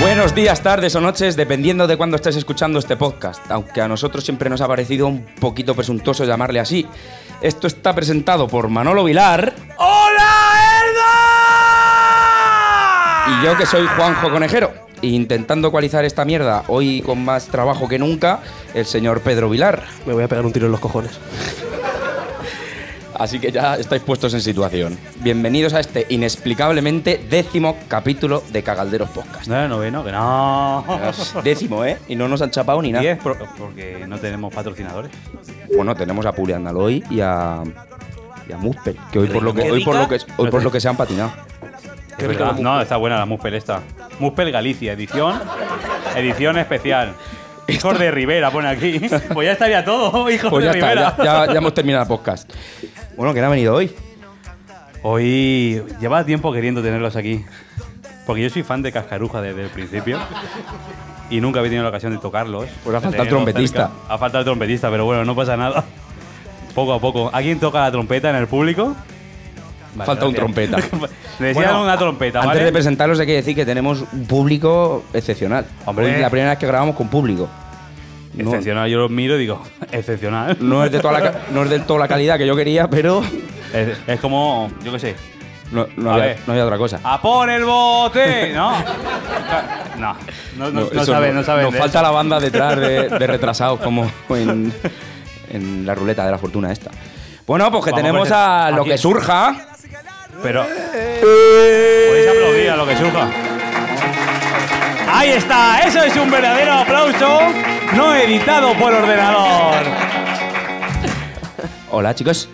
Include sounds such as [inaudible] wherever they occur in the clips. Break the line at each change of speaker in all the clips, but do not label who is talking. Buenos días, tardes o noches, dependiendo de cuándo estés escuchando este podcast, aunque a nosotros siempre nos ha parecido un poquito presuntuoso llamarle así. Esto está presentado por Manolo Vilar y yo que soy Juanjo Conejero. E Intentando ecualizar esta mierda, hoy con más trabajo que nunca, el señor Pedro Vilar.
Me voy a pegar un tiro en los cojones.
Así que ya estáis puestos en situación. Bienvenidos a este inexplicablemente décimo capítulo de Cagalderos Podcast.
Pues No, noveno, que no.
Décimo, ¿eh? Y no nos han chapado ni nada.
[laughs] Diez, por- porque no tenemos patrocinadores.
Bueno, tenemos a Puli Andaloy y a. y a Muspel, que hoy por lo que,
Qué
hoy por lo que,
rica.
hoy por lo que se han
[laughs]
patinado.
Es verdad. No, está buena la Muspel esta. Muspel Galicia, edición edición especial. Hijos de Rivera,
[laughs]
pone aquí. Pues ya estaría todo, hijos
Pues
de
ya está,
Rivera.
ya, ya- ya hemos terminado el podcast. Bueno, ¿quién ha venido hoy?
Hoy lleva tiempo queriendo tenerlos aquí. Porque yo soy fan de Cascaruja desde el principio. Y nunca había tenido la ocasión de tocarlos.
Pues ha
De
faltado el
tenerlos
trompetista.
cerca. Ha faltado el trompetista, pero bueno, no pasa nada. Poco a poco. ¿A quién toca la trompeta en el público? Vale,
Falta un
gracias.
trompeta.
[laughs] Decían
Bueno,
una trompeta,
Antes
¿vale?
de presentarlos hay que decir que tenemos un público excepcional.
Hombre.
Hoy es la primera vez que grabamos con público. No-
Excepcional, yo los miro y digo, [laughs] excepcional.
No es, de toda la, ca- no es del todo la calidad que yo quería, pero
Es, es como, yo qué sé,
no, no
A
había,
ver.
no había otra cosa.
¡a por el bote!
[laughs]
¿No? No, no, no, no,
eso
saben, no saben.
Nos
de
falta
eso.
la banda detrás de, de retrasados
[laughs]
como en, en la ruleta de la fortuna esta. Bueno, pues que
Vamos a
tenemos
ver,
a lo
aquí.
que surja.
Pero. Podéis aplaudir a lo que surja. Ahí está, eso es un verdadero aplauso no editado por ordenador.
Hola chicos,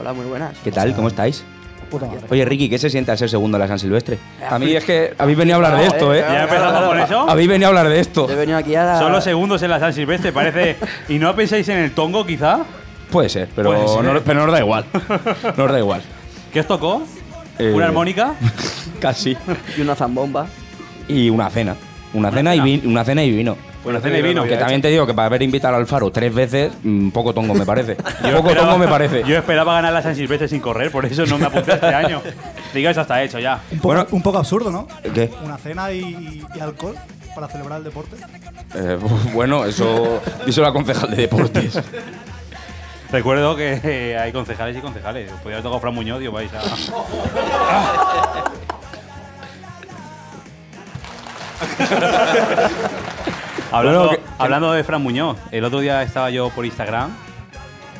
Hola, muy buenas.
¿qué tal? ¿Cómo estáis?
Puta madre.
Oye Ricky, ¿qué se siente al ser segundo de la San Silvestre? A mí es que habéis venido a hablar de esto, ¿eh?
Ya empezamos con eso.
Habéis venido a hablar de esto.
Yo he venido aquí a la...
Son los segundos en la San Silvestre, parece. ¿Y no pensáis en el tongo, quizá?
Puede ser, pero,
Puede ser.
No, pero nos da
[laughs]
igual. Nos da igual.
¿Qué os tocó?
Eh,
¿Una armónica?
Casi.
Y una zambomba.
Y una cena. Una cena y, vi- una cena y vino.
Una cena y vino.
Que también te digo que para haber invitado al Faro tres veces, mm, poco tongo me [laughs] parece. poco
esperaba-
tongo me parece.
Yo esperaba ganar la San Silvestre sin correr, por eso no me apunté
[laughs]
este año. Digo, eso está hecho ya.
Un poco,
Bueno.
un poco absurdo, ¿no?
¿Qué?
Una cena y, y alcohol para celebrar el deporte.
Eh, [laughs] bueno, eso eso la concejal de deportes.
Recuerdo que [laughs] eh, hay concejales y concejales. Os podía haber tocado Fran Muñoz y os vais a.
[laughs]
hablando,
Bueno, que-
hablando de Fran Muñoz, el otro día estaba yo por Instagram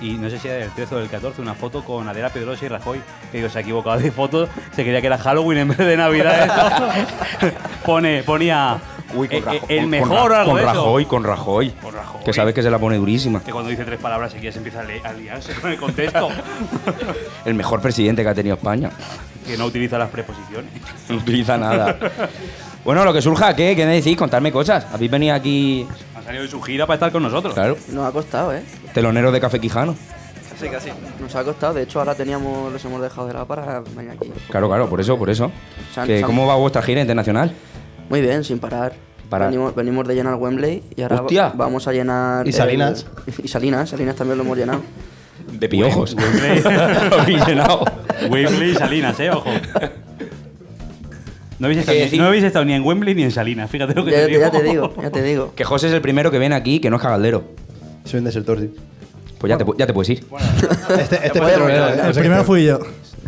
y no sé si era del 13 o del 14, una foto con Adela Pedrosa y Rajoy. Que digo, se ha equivocado de foto, se creía que era Halloween en vez de Navidad.
[laughs]
esto. Pone, ponía
[laughs] Uy,
eh, eh, el mejor o
Ra-
algo
con
de eso.
Rajoy, con Rajoy.
Con Rajoy.
Que sabes que se la pone durísima.
Que cuando dice tres palabras seguidas empieza a, li- a liarse con el
[laughs]
contexto.
El mejor presidente que ha tenido España.
que no utiliza las preposiciones.
[laughs] No utiliza nada. [laughs] Bueno, lo que surja, ¿qué? ¿Qué me decís? Contarme cosas. Habéis venido aquí,
Ha salido de su gira para estar con nosotros.
claro,
Nos ha costado, ¿eh?
teloneros de Café Quijano.
Nos ha costado. De hecho, ahora teníamos... Los hemos dejado de lado para venir aquí.
Claro, claro, por eso, por eso.
San-
Que,
San-
¿Cómo va vuestra gira internacional?
Muy bien, sin parar.
Parar.
Venimos, venimos de llenar Wembley y ahora
Hostia.
vamos a llenar...
Y Salinas.
el- [laughs] y Salinas. Salinas también lo hemos llenado.
De piojos.
Wembley.
[laughs] Lo habéis llenado.
Wembley y Salinas, eh, ojo. No habéis, estado,
que
ni-
decir-
no habéis estado ni en Wembley ni en Salinas, fíjate lo que
ya,
te digo.
ya te digo,
[laughs]
ya te digo.
Que José es el primero que viene aquí que no es cagaldero.
Soy un desertor, sí.
Pues ya te, pu- ya te puedes ir.
Este, este
Voy a
petrolero,
mirar,
¿eh?
El
Este
primero
petrolero.
fui yo.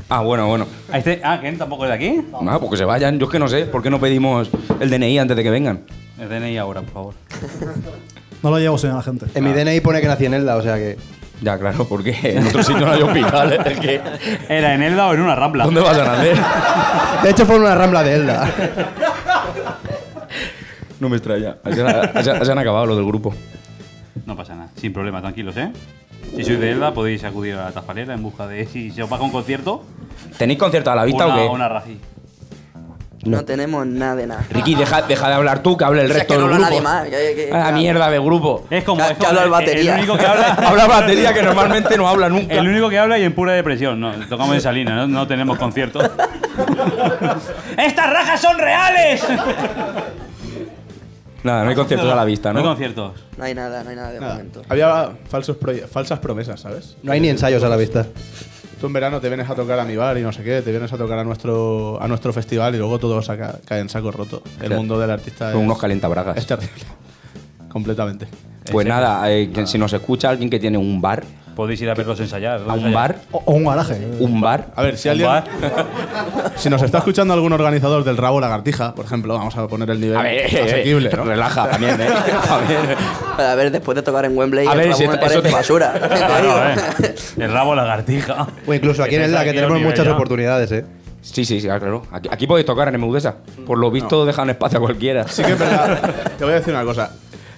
Ah, bueno, bueno.
A este- ah, ¿quién tampoco es de aquí?
Nada, porque se vayan. Yo es que no sé por qué no pedimos el DNI antes de que vengan.
El DNI ahora, por favor.
No lo llevo, señor agente.
En mi DNI pone que nací en Elda, o sea que.
Ya, claro, porque [laughs] en otro sitio no hay hospitales. Es que,
¿Era en Elda o en una rambla?
¿Dónde vas a nacer?
De hecho, fue en una rambla de [laughs] Elda.
No me extraña. Se han, se han- se han acabado los del grupo.
No pasa nada, sin problema, tranquilos, ¿eh? Si sois de Elda podéis acudir a la Tafalera en busca de... Si se os baja un concierto,
¿Tenéis concierto a la vista
una,
o qué?
una raji.
No, tenemos nada de nada.
Ricky, deja, deja de hablar tú, que hable el
O sea,
resto
que no
del
habla
grupo.
nadie más, que- que-
a la
que-
mierda de grupo.
Es como,
Que-
es
que
como
habla el
el,
batería.
el único que
[laughs]
habla...
Habla batería que normalmente no habla nunca.
El único que habla y en pura depresión. No, tocamos en Salinas, no, no tenemos concierto. ¡Estas rajas son reales!
Nada, no hay conciertos a la vista,
No hay
¿no?
conciertos.
No hay nada, no hay nada de momento.
Había falsos proye- falsas promesas, ¿sabes?
No hay ni ensayos a la vista.
tú en verano te vienes a tocar a mi bar y no sé qué, te vienes a tocar a nuestro, a nuestro festival y luego todo saca- cae en saco roto. El
Claro.
mundo del artista
Son
es-
unos calientabragas.
Es terrible. Completamente.
Pues nada, eh, que si nos escucha alguien que tiene un bar,
Podéis ir a verlos ensayar.
a
¿dónde
un
ensayan?
bar,
O, o un garaje.
un bar,
A ver, si
¿Un
alguien. [laughs]
bar?
Si nos está escuchando algún organizador del rabo lagartija, por ejemplo, vamos a poner el nivel
a ver, eh, eh,
asequible, ¿no?
relaja también,
[laughs]
eh. A ver.
A ver, después de tocar en Wembley,
A
el
ver,
rabo
si
me
esto- eso
parece
te-
basura. te
Ah, no, a
digo.
ver. El rabo lagartija.
O incluso aquí en
Ese
Elda,
es
que
aquí
tenemos
el nivel
muchas
ya.
oportunidades, ¿eh?
Sí, sí, sí, claro. Aquí, aquí podéis tocar en Mudesa. Por lo visto dejan espacio a cualquiera.
Sí que es verdad. [laughs] Te voy a decir una cosa.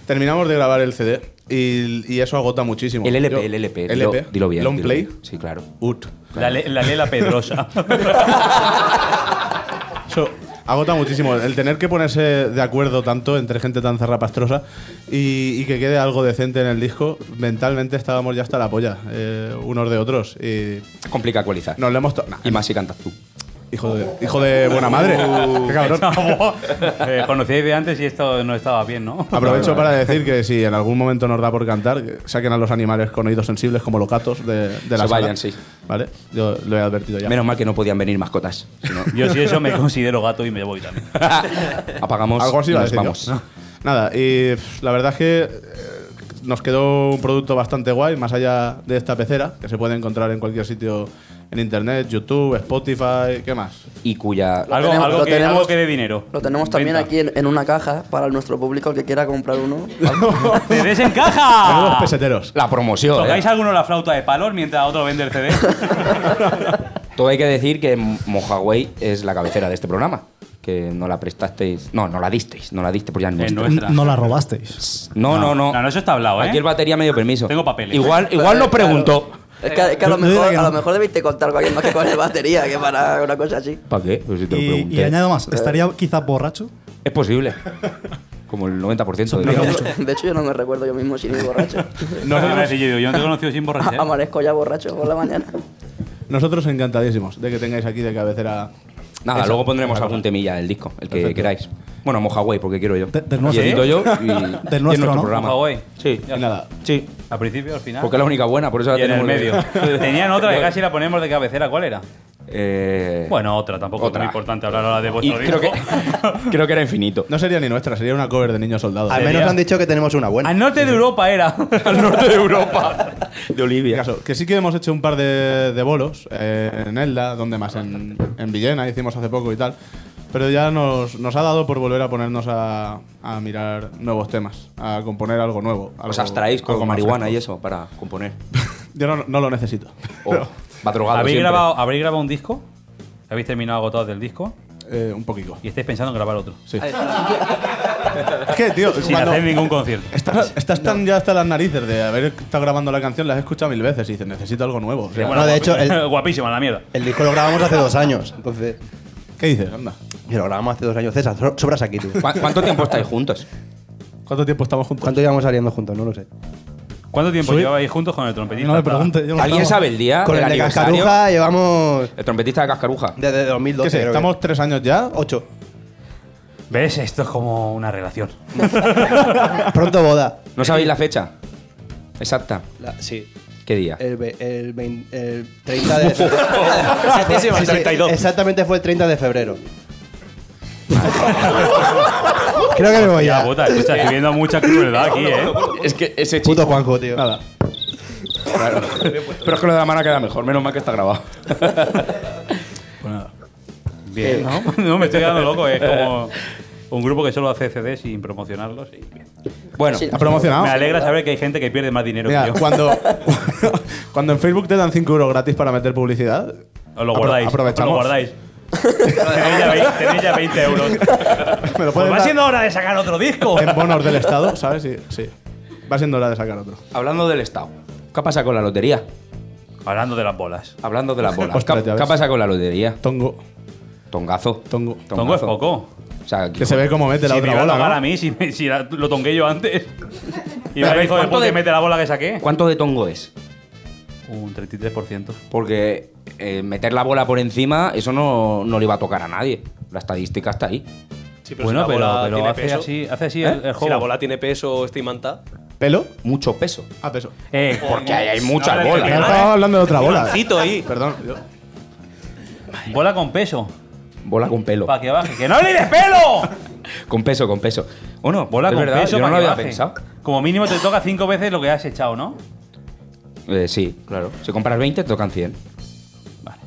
Terminamos de grabar el CD y, y eso agota muchísimo.
El LP,
Yo-
el LP. dilo-
LP.
Dilo, bien.
Long
dilo
play.
bien. Sí, claro.
Ut.
La, le- la Lela Pedrosa.
Eso agota muchísimo. El tener que ponerse de acuerdo tanto entre gente tan zarrapastrosa y, y que quede algo decente en el disco, mentalmente estábamos ya hasta la polla, eh, unos de otros. Y
Complica actualizar.
nos lo hemos... to- nah,
Y más si cantas tú.
hijo, de, hijo de buena madre.
[laughs]
Qué cabrón.
Eh, conocíais de antes y esto no estaba bien, ¿no?
Aprovecho para decir que si en algún momento nos da por cantar, que saquen a los animales con oídos sensibles como los gatos de, de la
Se
sala.
vayan, sí.
¿Vale? Yo lo he advertido ya.
Menos mal que no podían venir mascotas. Si
[laughs]
no,
Yo si eso me considero gato y me voy también.
apagamos
Algo así
y
iba a
nos
decir yo.
vamos.
[laughs] Nada, y pff, la verdad es que eh, nos quedó un producto bastante guay, más allá de esta pecera, que se puede encontrar en cualquier sitio en internet, YouTube, Spotify, ¿qué más?
Y cuya.
Lo
Algo,
tenemos-
algo
lo
que,
tenemos-
algo que dé dinero.
[laughs] Lo tenemos también
Venta.
aquí en, en una caja para nuestro público, el que quiera comprar uno.
¡CDs en
Menudos
caja!
peseteros.
La promoción. ¿eh?
¿Tocáis alguno la flauta de palos mientras otro vende el CD?
Todo hay que decir que Mojaway es la cabecera de este programa. Que no la prestasteis. No, no la disteis. No la diste por ya es
Es
nuestra.
nuestra.
No la robasteis.
[laughs] No, no, no.
Eh, No, no, eso está hablado, ¿eh?
Aquí el batería medio permiso.
Tengo papeles.
Igual, igual nos preguntó.
Es que, es que a, lo
Yo- yo diría
mejor,
que
a
no.
lo mejor debiste contar con alguien más que con el batería, que para una cosa así.
¿Para qué? Pues si te lo
Y,
pregunté.
y añado más, estaría quizás borracho.
Es posible. Como el 90% de
Explica
veces.
mucho.
De hecho, yo no me recuerdo yo mismo sin ir
[laughs]
borracho.
No, no, no. Yo, yo no te he conocido sin borrachera.
Amanezco ya borracho por la mañana.
Nosotros encantadísimos de que tengáis aquí de cabecera.
Nada,
Eso.
luego pondremos
Esa
algún
cosa.
temilla del disco, el que
Perfecto.
queráis. Bueno, Mojaway, porque quiero yo.
De- [laughs] del
Y
nuestro.
edito yo y, y en
nuestro, ¿no?
programa.
Huawei.
Sí.
Ya
Y nada,
Sí,
Al principio, al final.
porque es la única buena, por eso la
y en el
tenemos [laughs]
medio. Tenían otra que casi la ponemos de cabecera. ¿Cuál era?
Eh,
Bueno, pues otra. Tampoco
Otra.
es muy importante hablar ahora de
y
vuestro
creo que,
disco. [laughs]
creo que [laughs] era infinito.
no sería ni nuestra, sería una cover de Niños Soldados.
Al
Sería-
menos han dicho que tenemos una buena.
Al norte de Europa
[laughs]
era. Al norte de Europa.
De Olivia.
caso, que sí que hemos hecho un par de, de bolos eh, en Elda, donde más, en, en Villena, hicimos hace poco y tal. Pero ya nos, nos ha dado por volver a ponernos a, a mirar nuevos temas, a componer algo nuevo. Algo,
Os abstraéis con
algo más
marihuana y
fresco.
eso para componer.
Yo no, no lo necesito.
O va drogado
[laughs] ¿Habéis
siempre.
grabado, ¿Habéis grabado un disco? ¿Habéis terminado agotados del disco?
Eh, un poquito.
Y estáis pensando en grabar otro.
Sí. [laughs] es que, tío,
Sin
cuando
hacer ningún concierto.
estás, estás tan ya hasta las narices de haber estado grabando la canción, la has escuchado mil veces y dices, necesito algo nuevo. O sea,
bueno, de hecho, el-
[laughs] Guapísima la mierda.
El disco lo grabamos hace dos años, entonces.
¿Qué dices? Anda.
Y lo grabamos hace dos años. César, so- sobras aquí tú.
¿Cu- ¿Cuánto tiempo estáis juntos?
¿Cuánto tiempo estamos juntos?
¿Cuánto llevamos saliendo juntos? No lo sé.
¿Cuánto tiempo
Soy-
llevabais juntos con el trompetista?
No me pregunte. yo no
¿Alguien
estaba.
sabe el día
Con
del
el de
aniversario?
Cascaruja llevamos
El trompetista de Cascaruja.
desde 2012.
¿Qué sé?
creo que.
¿Estamos tres años ya?
Ocho.
¿Ves? Esto es como una relación.
Pronto boda.
¿No sabéis la fecha? Exacta.
La- sí.
¿Qué día?
El, ve- el, vein- el 30 [laughs] de [laughs] febrero.
32.
Exactamente fue el 30 de febrero. creo que me
Oh,
voy
Ya,
ya.
puta, escucha, estoy viendo mucha crueldad aquí,
[laughs]
¿eh?
Es que ese chico.
Puto Juanjo, tío.
Nada.
Claro. Pero es que lo de la mano queda mejor, menos mal que está grabado.
Bien, ¿no? [laughs] No, me estoy quedando loco. Es como un grupo que solo hace CD sin promocionarlos. y bien.
Bueno,
Sí.
¿Ha promocionado?
Me alegra saber que hay gente que pierde más dinero
Mira,
que yo.
cuando, [laughs] cuando en Facebook te dan 5 euros gratis para meter publicidad,
[laughs] Os lo
apro-
guardáis.
aprovechamos.
Os lo
[laughs]
guardáis. tenéis, ya 20, tenéis ya 20 euros.
me lo
Pues
puedes
va
dar
siendo hora de sacar otro disco.
en bonos del Estado, ¿sabes? Sí, sí. Va siendo hora de sacar otro.
hablando del Estado. ¿Qué pasa con la lotería?
Hablando de las bolas.
Hablando de las bolas.
Ostras,
¿Qué,
ya
qué
ves.
pasa con la lotería?
Tongo,
Tongazo.
tongo.
Tongo es
Tongazo.
poco.
O sea,
Que se ve cómo mete la
si me iba
otra
a
bola,
tocar
¿no?
a mí, si, me- si la- lo tongué yo antes.
[laughs]
Y
a
me
ver,
dijo de
¿cuánto
puta
de-
y mete la bola que saqué.
¿Cuánto de tongo es?
Un 33%.
Porque eh, meter la bola por encima, eso no, no le iba a tocar a nadie. La estadística está ahí.
Sí, pero
Bueno,
si la
pero,
bola
pero
tiene
hace
peso,
así, hace así
¿Eh?
el, el
si la
juego.
bola tiene peso, está imantada,
¿Pelo?
Mucho peso.
Ah, peso.
Eh,
Porque ahí hay muchas
no,
bolas.
no,
Pero
no,
estaba hablando de otra bola.
Cito ahí.
Perdón. yo-
Bola con peso.
Bola con pelo.
Para que baje. ¡Que no le des pelo!
Con peso, con peso. ¿O no?
Bola
es
con
verdad,
peso
yo no lo
para que
había
baje.
pensado.
Como mínimo te toca cinco veces lo que has echado, ¿no?
Eh, sí, claro. Si compras 20, te tocan 100.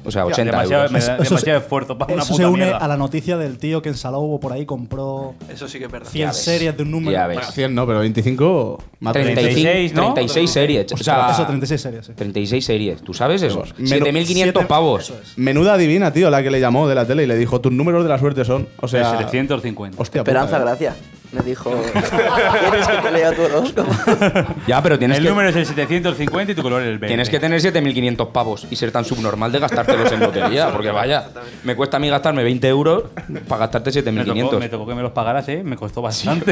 O sea, 80
demasiado,
euros. [laughs]
me da-
Eso se-
demasiado esfuerzo para una
Eso
puta
se une
mierda.
a la noticia del tío que en Salou por ahí compró
Eso sí que es verdad.
100 series de un número.
Ya ves.
Bueno, 100 no, pero 25 más de
35, 36,
36, ¿no? pues
series.
Ostras,
o sea,
eso, 36 series, sí.
36 series. ¿Tú sabes eso?
Menos-
7.500 pavos.
Eso es.
Menuda divina, tío, la que le llamó de la tele y le dijo, tus números de la suerte son.
De
O sea.
750.
Hostia, puta,
Esperanza,
eh.
gracias. Me dijo. ¿Quieres que te lea tu
[laughs]
horóscopo?
Ya, pero tienes
el
que,
número es el 750 y tu color es el verde.
tienes que tener 7.500 pavos y ser tan subnormal de gastártelos en
[laughs]
lotería. Porque vaya, me cuesta a mí gastarme 20 euros para gastarte
me tocó, me
7.500.
tocó que me los pagaras, ¿eh? Me costó bastante.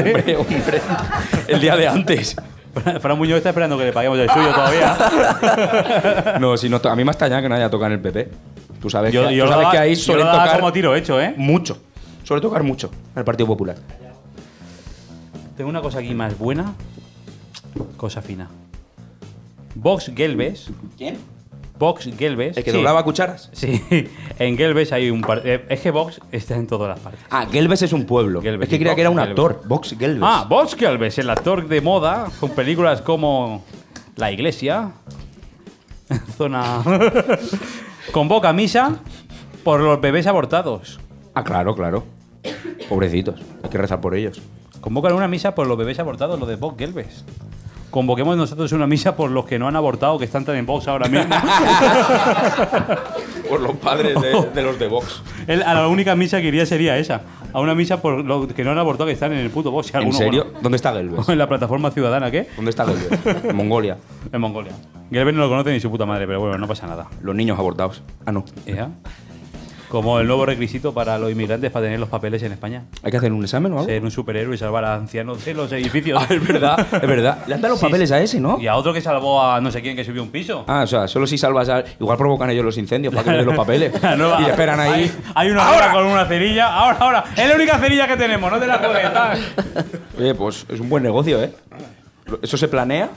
[laughs] Hombre, hombre. El día de antes.
[laughs] Fran Muñoz está esperando que le paguemos el suyo todavía.
No, si no, to- a mí me está ya que no haya tocado en el PP. Tú sabes,
Yo,
que,
yo
tú
lo
sabes
daba-
que ahí
yo
suelen
lo daba
tocar
como tiro hecho, ¿eh?
mucho. Suele tocar mucho al Partido Popular.
Tengo una cosa aquí más buena. Cosa fina. Vox Gelbes.
¿Quién?
Vox Gelbes.
¿El que
sí,
doblaba cucharas?
Sí, [laughs] en Gelbes hay un par- eh, Es que Vox está en todas las partes.
Ah, Gelbes es un pueblo.
Gelbes,
es que
sí,
creía que era un
Vox
actor. Vox Gelbes.
Ah, Vox Gelbes, el actor de moda con películas como La Iglesia, [laughs] Zona. [laughs] Convoca misa por los bebés abortados.
Ah, claro, claro. Pobrecitos. Hay que rezar por ellos.
Convocan una misa por los bebés abortados, los de Vox Gelbes. Convoquemos nosotros una misa por los que no han abortado, que están tan en Vox ahora mismo.
[laughs] Por los padres de, los de Vox.
Él, a la única misa que iría sería esa. A una misa por los que no han abortado, que están en el puto Vox. si
¿En
alguno,
serio?
bueno, [laughs]
¿Dónde está [laughs] Gelbes?
en la plataforma ciudadana, ¿qué?
¿Dónde está Gelbes? En Mongolia.
En Mongolia. Gelbes no lo conoce ni su puta madre, pero bueno, no pasa nada.
Los niños abortados. Ah, no.
Ya. Como el nuevo requisito para los inmigrantes para tener los papeles en España.
¿Hay que hacer un examen o algo?
Ser un superhéroe y salvar a ancianos de los edificios.
Oh. Ah, es verdad, es verdad. Le han dado los
Sí,
papeles
sí.
a ese, ¿no?
[laughs] Y a otro que salvó a no sé quién que subió un piso.
Ah, o sea, solo si salvas a... Igual provocan ellos los incendios para que le den los [laughs] papeles.
La nueva-
Ah, y le esperan ahí.
Hay, hay una hora con una cerilla. Ahora, ahora. Es la única cerilla que tenemos, no te la juegues. tal.
Oye, pues es un buen negocio, ¿eh? Eso se planea.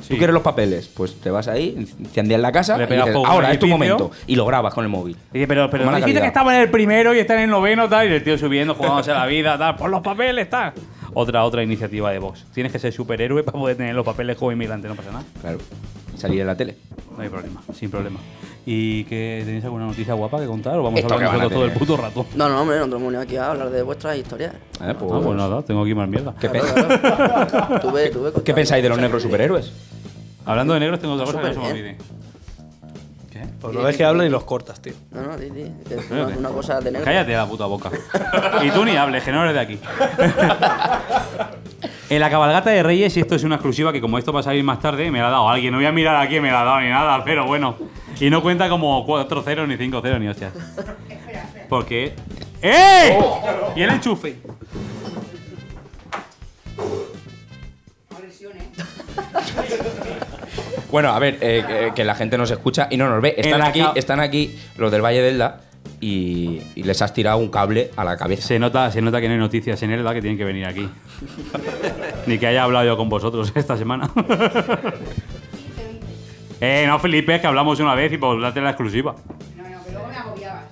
Sí.
Tú quieres los papeles, pues te vas ahí, encendías la casa
Le
y
pegas
dices,
fuego a un
ahora es tu
edificio".
momento. Y lo grabas con el móvil.
Oye, pero, pero
Mala
dijiste
calidad.
que estaba en el primero y está en el noveno, tal, y el tío subiendo, jugándose la vida, tal, por los papeles, tal. Otra, otra iniciativa de Vox. Tienes que ser superhéroe para poder tener los papeles como inmigrante, no pasa nada.
Claro. Y salir en la tele.
No hay problema, sin problema. ¿Y que tenéis alguna noticia guapa que contar o vamos
Esto
a hablar
que van a
nosotros todo el
tener.
puto rato?
No, no, hombre, nosotros hemos venido aquí a hablar de vuestras historias.
Eh, pues-
Ah, pues nada, tengo aquí más mierda.
¿Qué, pe-
Claro, claro. Tuve, tuve
qué pensáis de los negros superhéroes?
Hablando de negros, tengo otra cosa que no se me
Súper
olvide. ¿Qué?
Pues no ves que hablan y los cortas, [laughs] tío.
No, no, di, di, que es una, una cosa de negro.
Cállate la puta boca. y tú ni hables, que no eres de aquí. [laughs] en la cabalgata de Reyes, y esto es una exclusiva que como esto va a salir más tarde, me la ha dado alguien. No voy a mirar a quién me la ha dado ni nada, pero bueno. Y no cuenta como 4-0 ni 5-0 ni hostias. Porque... ¡Eh! Y el enchufe.
Bueno, a ver, eh, eh, que la gente nos escucha y no nos ve.
En
Están
la
aquí,
ca-
están aquí los del Valle del Da y, y les has tirado un cable a la cabeza.
Se nota, se nota que no hay noticias en Elda que tienen que
[laughs]
venir aquí. Ni que haya hablado yo con vosotros
[laughs]
esta semana. eh, no, Felipe, es que hablamos una vez y por darte la exclusiva.
No, no, que luego me agobiabas.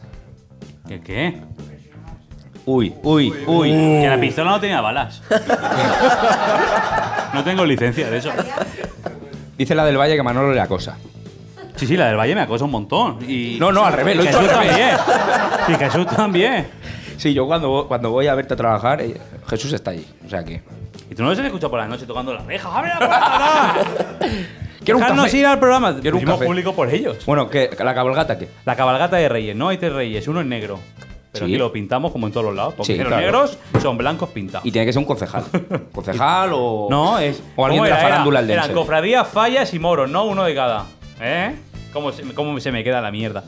¿Qué? qué?
Uy, uy, uy.
Que la pistola no
[laughs]
tenía balas. no tengo licencia de eso.
Dice la del Valle que Manolo le acosa.
Sí, sí, la del Valle me acosa un montón. Y
No, no, al revés, lo he
y
hecho
Jesús
al revés.
también. Y Jesús también.
Sí, yo cuando, vo- cuando voy a verte a trabajar, eh, Jesús está allí. O sea que.
Y tú no los has escuchado por la noche tocando las rejas. ¡Abre la puerta!
[laughs] Quiero un
Dejarnos
café.
ir al programa.
Quiero un
Hicimos
café.
público por ellos.
Bueno, que la cabalgata qué.
La cabalgata de reyes, ¿no? Hay tres reyes, uno es negro. Pero
Sí.
aquí lo pintamos como en todos los lados. Porque
Sí,
los
claro.
negros son blancos pintados.
Y tiene que ser un concejal. [laughs] ¿Concejal o.?
No, es.
O alguien
¿cómo
de la
era? Era-
farándula aldense.
Eran cofradías, fallas y moros, ¿no? Uno de cada. ¿Eh? ¿Cómo se, cómo se me queda la mierda?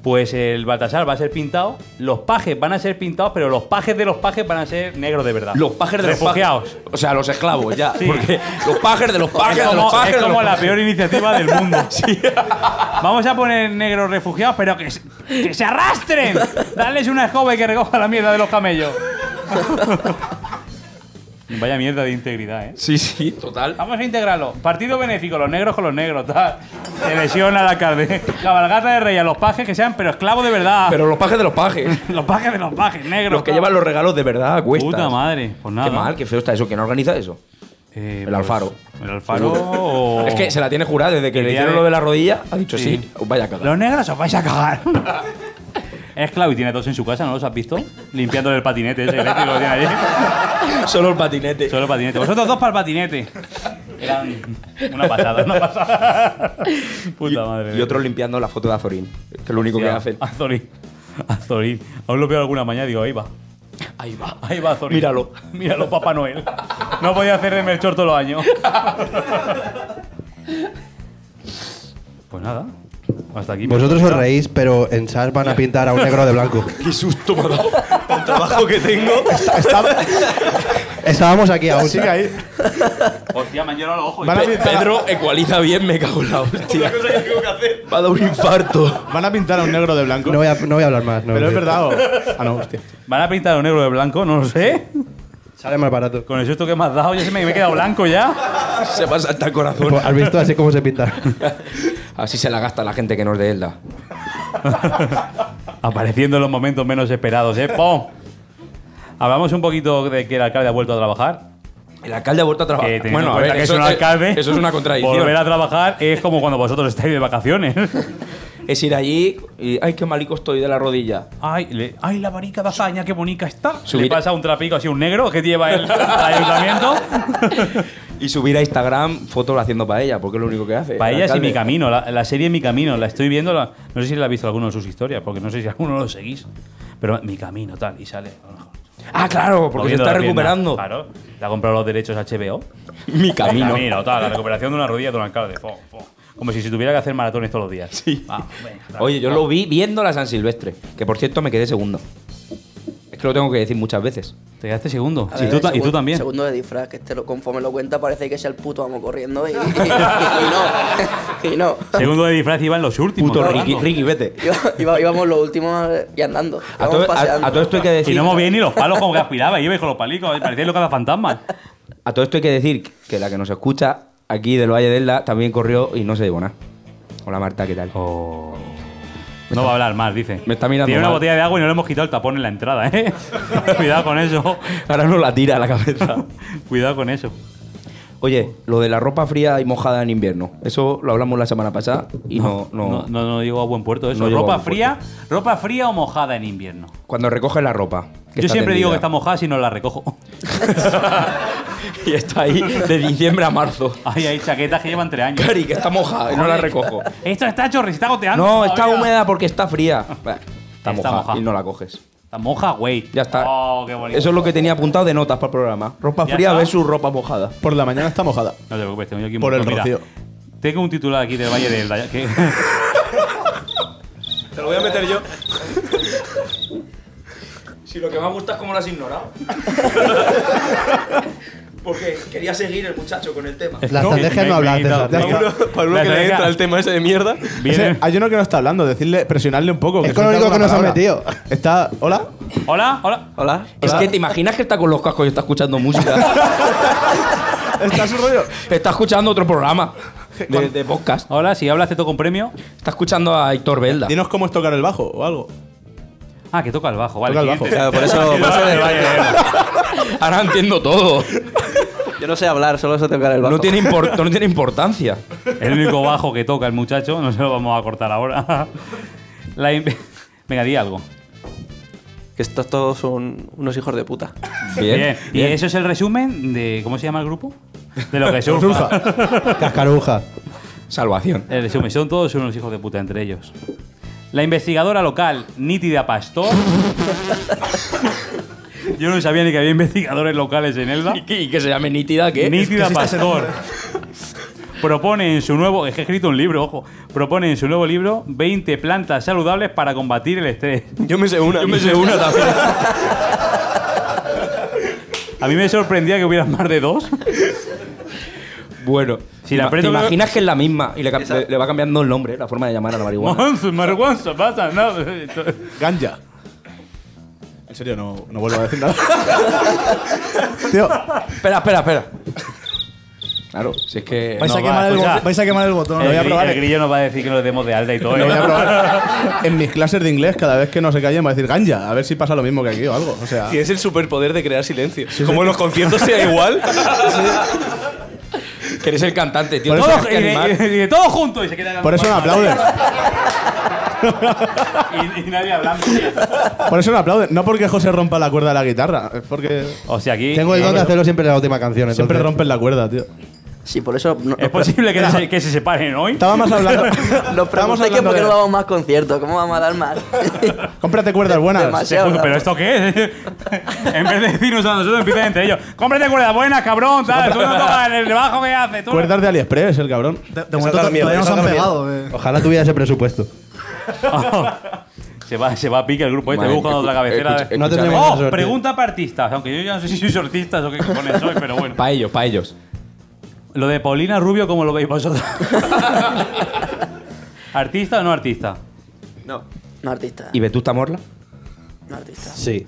Pues el Baltasar va a ser pintado, los pajes van a ser pintados, pero los pajes de los pajes van a ser negros de verdad.
Los pajes de los
Refugiados.
pajes. O sea, los esclavos, ya.
Sí.
Porque los pajes de los pajes
Es
de los
como,
pajes.
es
de los
como la
pajes.
peor iniciativa del
[laughs]
mundo. Vamos a poner negros refugiados, pero que, se- que se arrastren. Darles una escoba y que recoja la mierda de los camellos. [laughs] Vaya mierda de integridad, ¿eh?
Sí, sí, total.
Vamos a integrarlo. Partido benéfico, los negros con los negros, tal. Elección a la alcalde. Cabalgata de rey, a los pajes que sean, pero esclavos de verdad.
[laughs] Pero los pajes de los pajes.
los pajes de los pajes, negros.
los que
tal.
llevan los regalos de verdad a cuestas.
Puta madre, pues nada.
Qué mal, qué feo está eso. ¿Quién organiza eso?
Eh,
El Alfaro.
El Alfaro. o-
Es que se la tiene jurada desde que
El
le
día
hicieron
de-
lo de la rodilla. Ha dicho
Sí.
sí, os vaya a cagar.
Los negros os vais a cagar. [laughs] Es Clau y tiene dos en su casa, ¿no los has visto? Limpiándole el patinete ese eléctrico que tiene [laughs] allí.
Solo el patinete.
Solo el patinete. Vosotros dos para el patinete. Eran una pasada, una [laughs] pasada. Puta madre. eh.
Y otros limpiando la foto de Azorín. Que es lo único que hacen.
Azorín. Azorín. Aún lo veo alguna mañana y digo, ahí va. Ahí va. Ahí va Azorín.
Míralo.
[laughs] Míralo, Papá Noel. No podía hacer de Melchor todos los [laughs] años. pues nada. Hasta aquí.
Vosotros os reís, pero en SAS van a pintar a un negro de
[laughs]
blanco.
Qué susto me ha dado.
trabajo que
[laughs]
tengo.
Estábamos aquí aún.
Sigue ahí.
Hostia, me han llorado los ojos.
Van a, pintar,
Pedro ecualiza bien, me cago en la hostia.
cosa que tengo que hacer.
Me ha dado un infarto. [laughs]
van a pintar a un negro de blanco.
No voy a, no voy a hablar más. no.
pero es verdad. o- [laughs] Ah, no, hostia.
¿Van a pintar lo negro de blanco? No lo sé.
Sale más barato.
Con el susto que me has dado, ya se me, me he quedado blanco ya.
Se pasa hasta el corazón.
¿Has visto así cómo se pinta?
[laughs]
Pues- [laughs] Así se la gasta la gente que no es de Elda.
Apareciendo en los momentos menos esperados, ¿eh? ¡Pum! Hablamos un poquito de que el alcalde ha vuelto a trabajar.
El alcalde ha vuelto Ah, a
Que
trabajar.
teniendo en cuenta que es un alcalde.
eso es una contradicción.
Volver a trabajar es como cuando vosotros estáis de vacaciones. [laughs]
Es ir allí y. ¡Ay, qué malico estoy de la rodilla!
ay, le- ay, la varica de hazaña, qué bonita está. Le
Subir-
pasa un trapico así, un negro que lleva el ayuntamiento.
Y subir a Instagram fotos haciendo paella, porque es lo único que hace.
Para
el
ellas y
alcalde.
mi camino, la, la serie Mi Camino, la estoy viendo, la- no sé si la ha visto alguno de sus historias, porque no sé si alguno lo seguís, pero Mi Camino tal, y sale. a lo mejor,
Ah, claro, porque se
moviendo
está
la pierna.
recuperando.
Claro, le ha comprado los derechos a HBO.
[laughs] Mi camino.
Camino, tal, la recuperación de una rodilla de un alcalde. fo, fo. Como si se tuviera que hacer maratones todos los días. Va, venga, tal.
Oye, yo lo vi viendo la San Silvestre, que por cierto me quedé segundo. Es que lo tengo que decir muchas veces.
Te quedaste segundo.
A
Sí,
ver,
tú ta- y
segun-
tú también.
Segundo de disfraz, que este lo, conforme lo cuenta parece que es el puto amo corriendo y, y- y no. [laughs] Y no.
Segundo de disfraz iban los últimos.
Puto
¿no?
Ricky, Ricky, vete.
Iba- iba- íbamos los últimos y andando.
A
íbamos
todo, a-
paseando.
a todo esto hay que
Y
decir.
no movía ni los palos como que aspiraba, iba con los palicos, parecía los fantasma.
A todo esto hay que decir que la que nos escucha aquí del Valle de Elda también corrió y no se llevó nada. Hola Marta, ¿qué tal?
Oh. No va a hablar más, dice.
Me está mirando
Tiene una
mal.
botella de agua y no le hemos quitado el tapón en la entrada,
[laughs]
¿eh? Cuidado con eso.
Ahora no la tira a la cabeza.
Cuidado con eso.
Oye, lo de la ropa fría y mojada en invierno. Eso lo hablamos la semana pasada y no. no,
No, no, no llegó a buen puerto eso.
No llegó a
ropa
buen
fría, ropa fría o mojada en invierno.
Cuando recoges la ropa. que
Yo
está
siempre digo que está
tendida.
mojada si no la
[laughs]
recojo.
Y está ahí de diciembre a [laughs] marzo.
Ay, hay chaquetas que llevan tres años.
Cari, que está mojada y no la recojo.
Esto está chorri, está goteando.
No, está
todavía.
húmeda porque está fría. Bah, Está,
Está
mojada
mojada.
y no la coges.
Está moja, güey.
Ya está.
Oh, qué bonito.
Eso es lo que tenía apuntado de notas para el programa. Ropa
Ya
fría
está.
versus ropa mojada.
Por la mañana está mojada.
No te preocupes, tengo yo aquí un
Por el
montón. Mira,
rocío.
Tengo un titular aquí del Valle del Daya- que-
Te lo voy a meter [laughs] yo. si lo que más gusta es cómo lo has [laughs] ignorado. Porque quería seguir el muchacho con el tema.
La
No, [laughs]
estrategia es
me-
no hablar
me-
de eso.
no,
Ya
no,
está.
no.
Para uno
La
que le
tarea.
entra el tema ese de mierda.
Viene-
Ese- [laughs] hay uno que no está hablando. Decirle, presionarle un poco.
Es con lo
suelte
único que
alguna
nos ha
palabra.
metido.
Está. Hola.
Hola, hola.
Hola.
Es que te imaginas que está con los cascos y está escuchando música. [laughs]
Está su rollo.
está escuchando otro programa de, de podcast.
Hola, si hablas te toco un premio.
Está escuchando a Héctor Belda.
[laughs] Dinos cómo es tocar el bajo o algo.
Ah, que toca el bajo, vale.
Toca el
siguiente.
Claro, por
[laughs]
eso, por eso del baile.
Ahora entiendo todo.
[laughs] Yo no sé hablar, solo sé tocar el bajo.
No tiene, import- no
[laughs]
tiene importancia.
El único bajo que toca el muchacho, no se lo vamos a cortar ahora. [laughs] La in- Venga, di algo.
Que estos todos son unos hijos de puta.
Bien.
Y
bien.
eso es el resumen de. ¿Cómo se llama el grupo? De
[laughs]
lo que surfa.
Cascaruja. Cascaruja.
Salvación.
el resumen, son todos unos hijos de puta entre ellos. La investigadora local, Nítida Pastor. Yo no sabía ni que había investigadores locales en Elda.
Y que- Y que se llame nítida, que
Nítida Pastor. [laughs] Propone en su nuevo. Es que he escrito un libro, ojo. Propone en su nuevo libro 20 plantas saludables para combatir el estrés.
Yo me sé una.
Yo me sé una también.
A mí me sorprendía que hubieran más de dos.
Bueno,
Si la
ima-
aprieto
¿te
me-
imaginas que es la misma y le, ca- le- le va cambiando el nombre, la forma de llamar a la marihuana?
Monzo, marihuana, pasa, no.
Ganja. serio, no, no vuelvo a [laughs] decir nada. Tío,
Espera, espera, espera. Claro, si es que.
Vais,
No,
a
va,
quemar el
escucha.
bo- vais a quemar el botón.
el,
¿no?
voy a
gri-
probar,
el
eh.
grillo nos va a decir que nos demos de alta y todo.
lo voy
¿eh?
a probar. En mis clases de inglés, cada vez que no se callen, va a decir ganja, a ver si pasa lo mismo que aquí o algo. O sea,
Tienes el superpoder de crear silencio. Como en los conciertos sea
[laughs]
igual.
Que eres el cantante, tío.
Por
Tienes
Todos-
que
y,
animar.
de- y de todos juntos. Y se quedan
por eso no aplauden.
Y, y nadie hablando.
[laughs] Por eso no aplauden. No porque José rompa la cuerda de la guitarra, es porque
O sea, aquí.
Tengo el don de hacerlo siempre en la última canción.
siempre
entonces.
rompen la cuerda, tío.
Sí, por eso no,
[laughs]
Es posible que, se, que se separen hoy.
Estaba más hablando.
nos
Estábamos
preguntáis que
hablando
por qué no
de-
damos más conciertos, ¿cómo vamos a dar
[laughs]
más?
Cómprate cuerdas buenas.
Demasiado.
Se juntan, ¿Pero esto qué es? [laughs] en vez de decirnos a nosotros, empiezan entre ellos. Cómprate cuerda buena, cabrón, tal. Tú no tocas el bajo que haces. Tú no-
Cuerdas de AliExpress, el cabrón.
De, de momento to- todavía no se han pegado. eh.
Ojalá tuviera ese presupuesto.
se, va, se va a pique el grupo este.
Madre,
Voy buscando
escu-
otra cabecera.
escucha-
No
escúchame.
tendremos-
Oh,
Buena suerte.
pregunta para artistas, aunque yo ya no sé si soy artistas o qué cojones soy, pero bueno.
Pa' ellos, pa' ellos.
Lo de Paulina Rubio, ¿cómo lo veis vosotros? ¿Artista o no artista?
No.
No artista,
¿Y Vetusta Morla?
no artista,
Sí.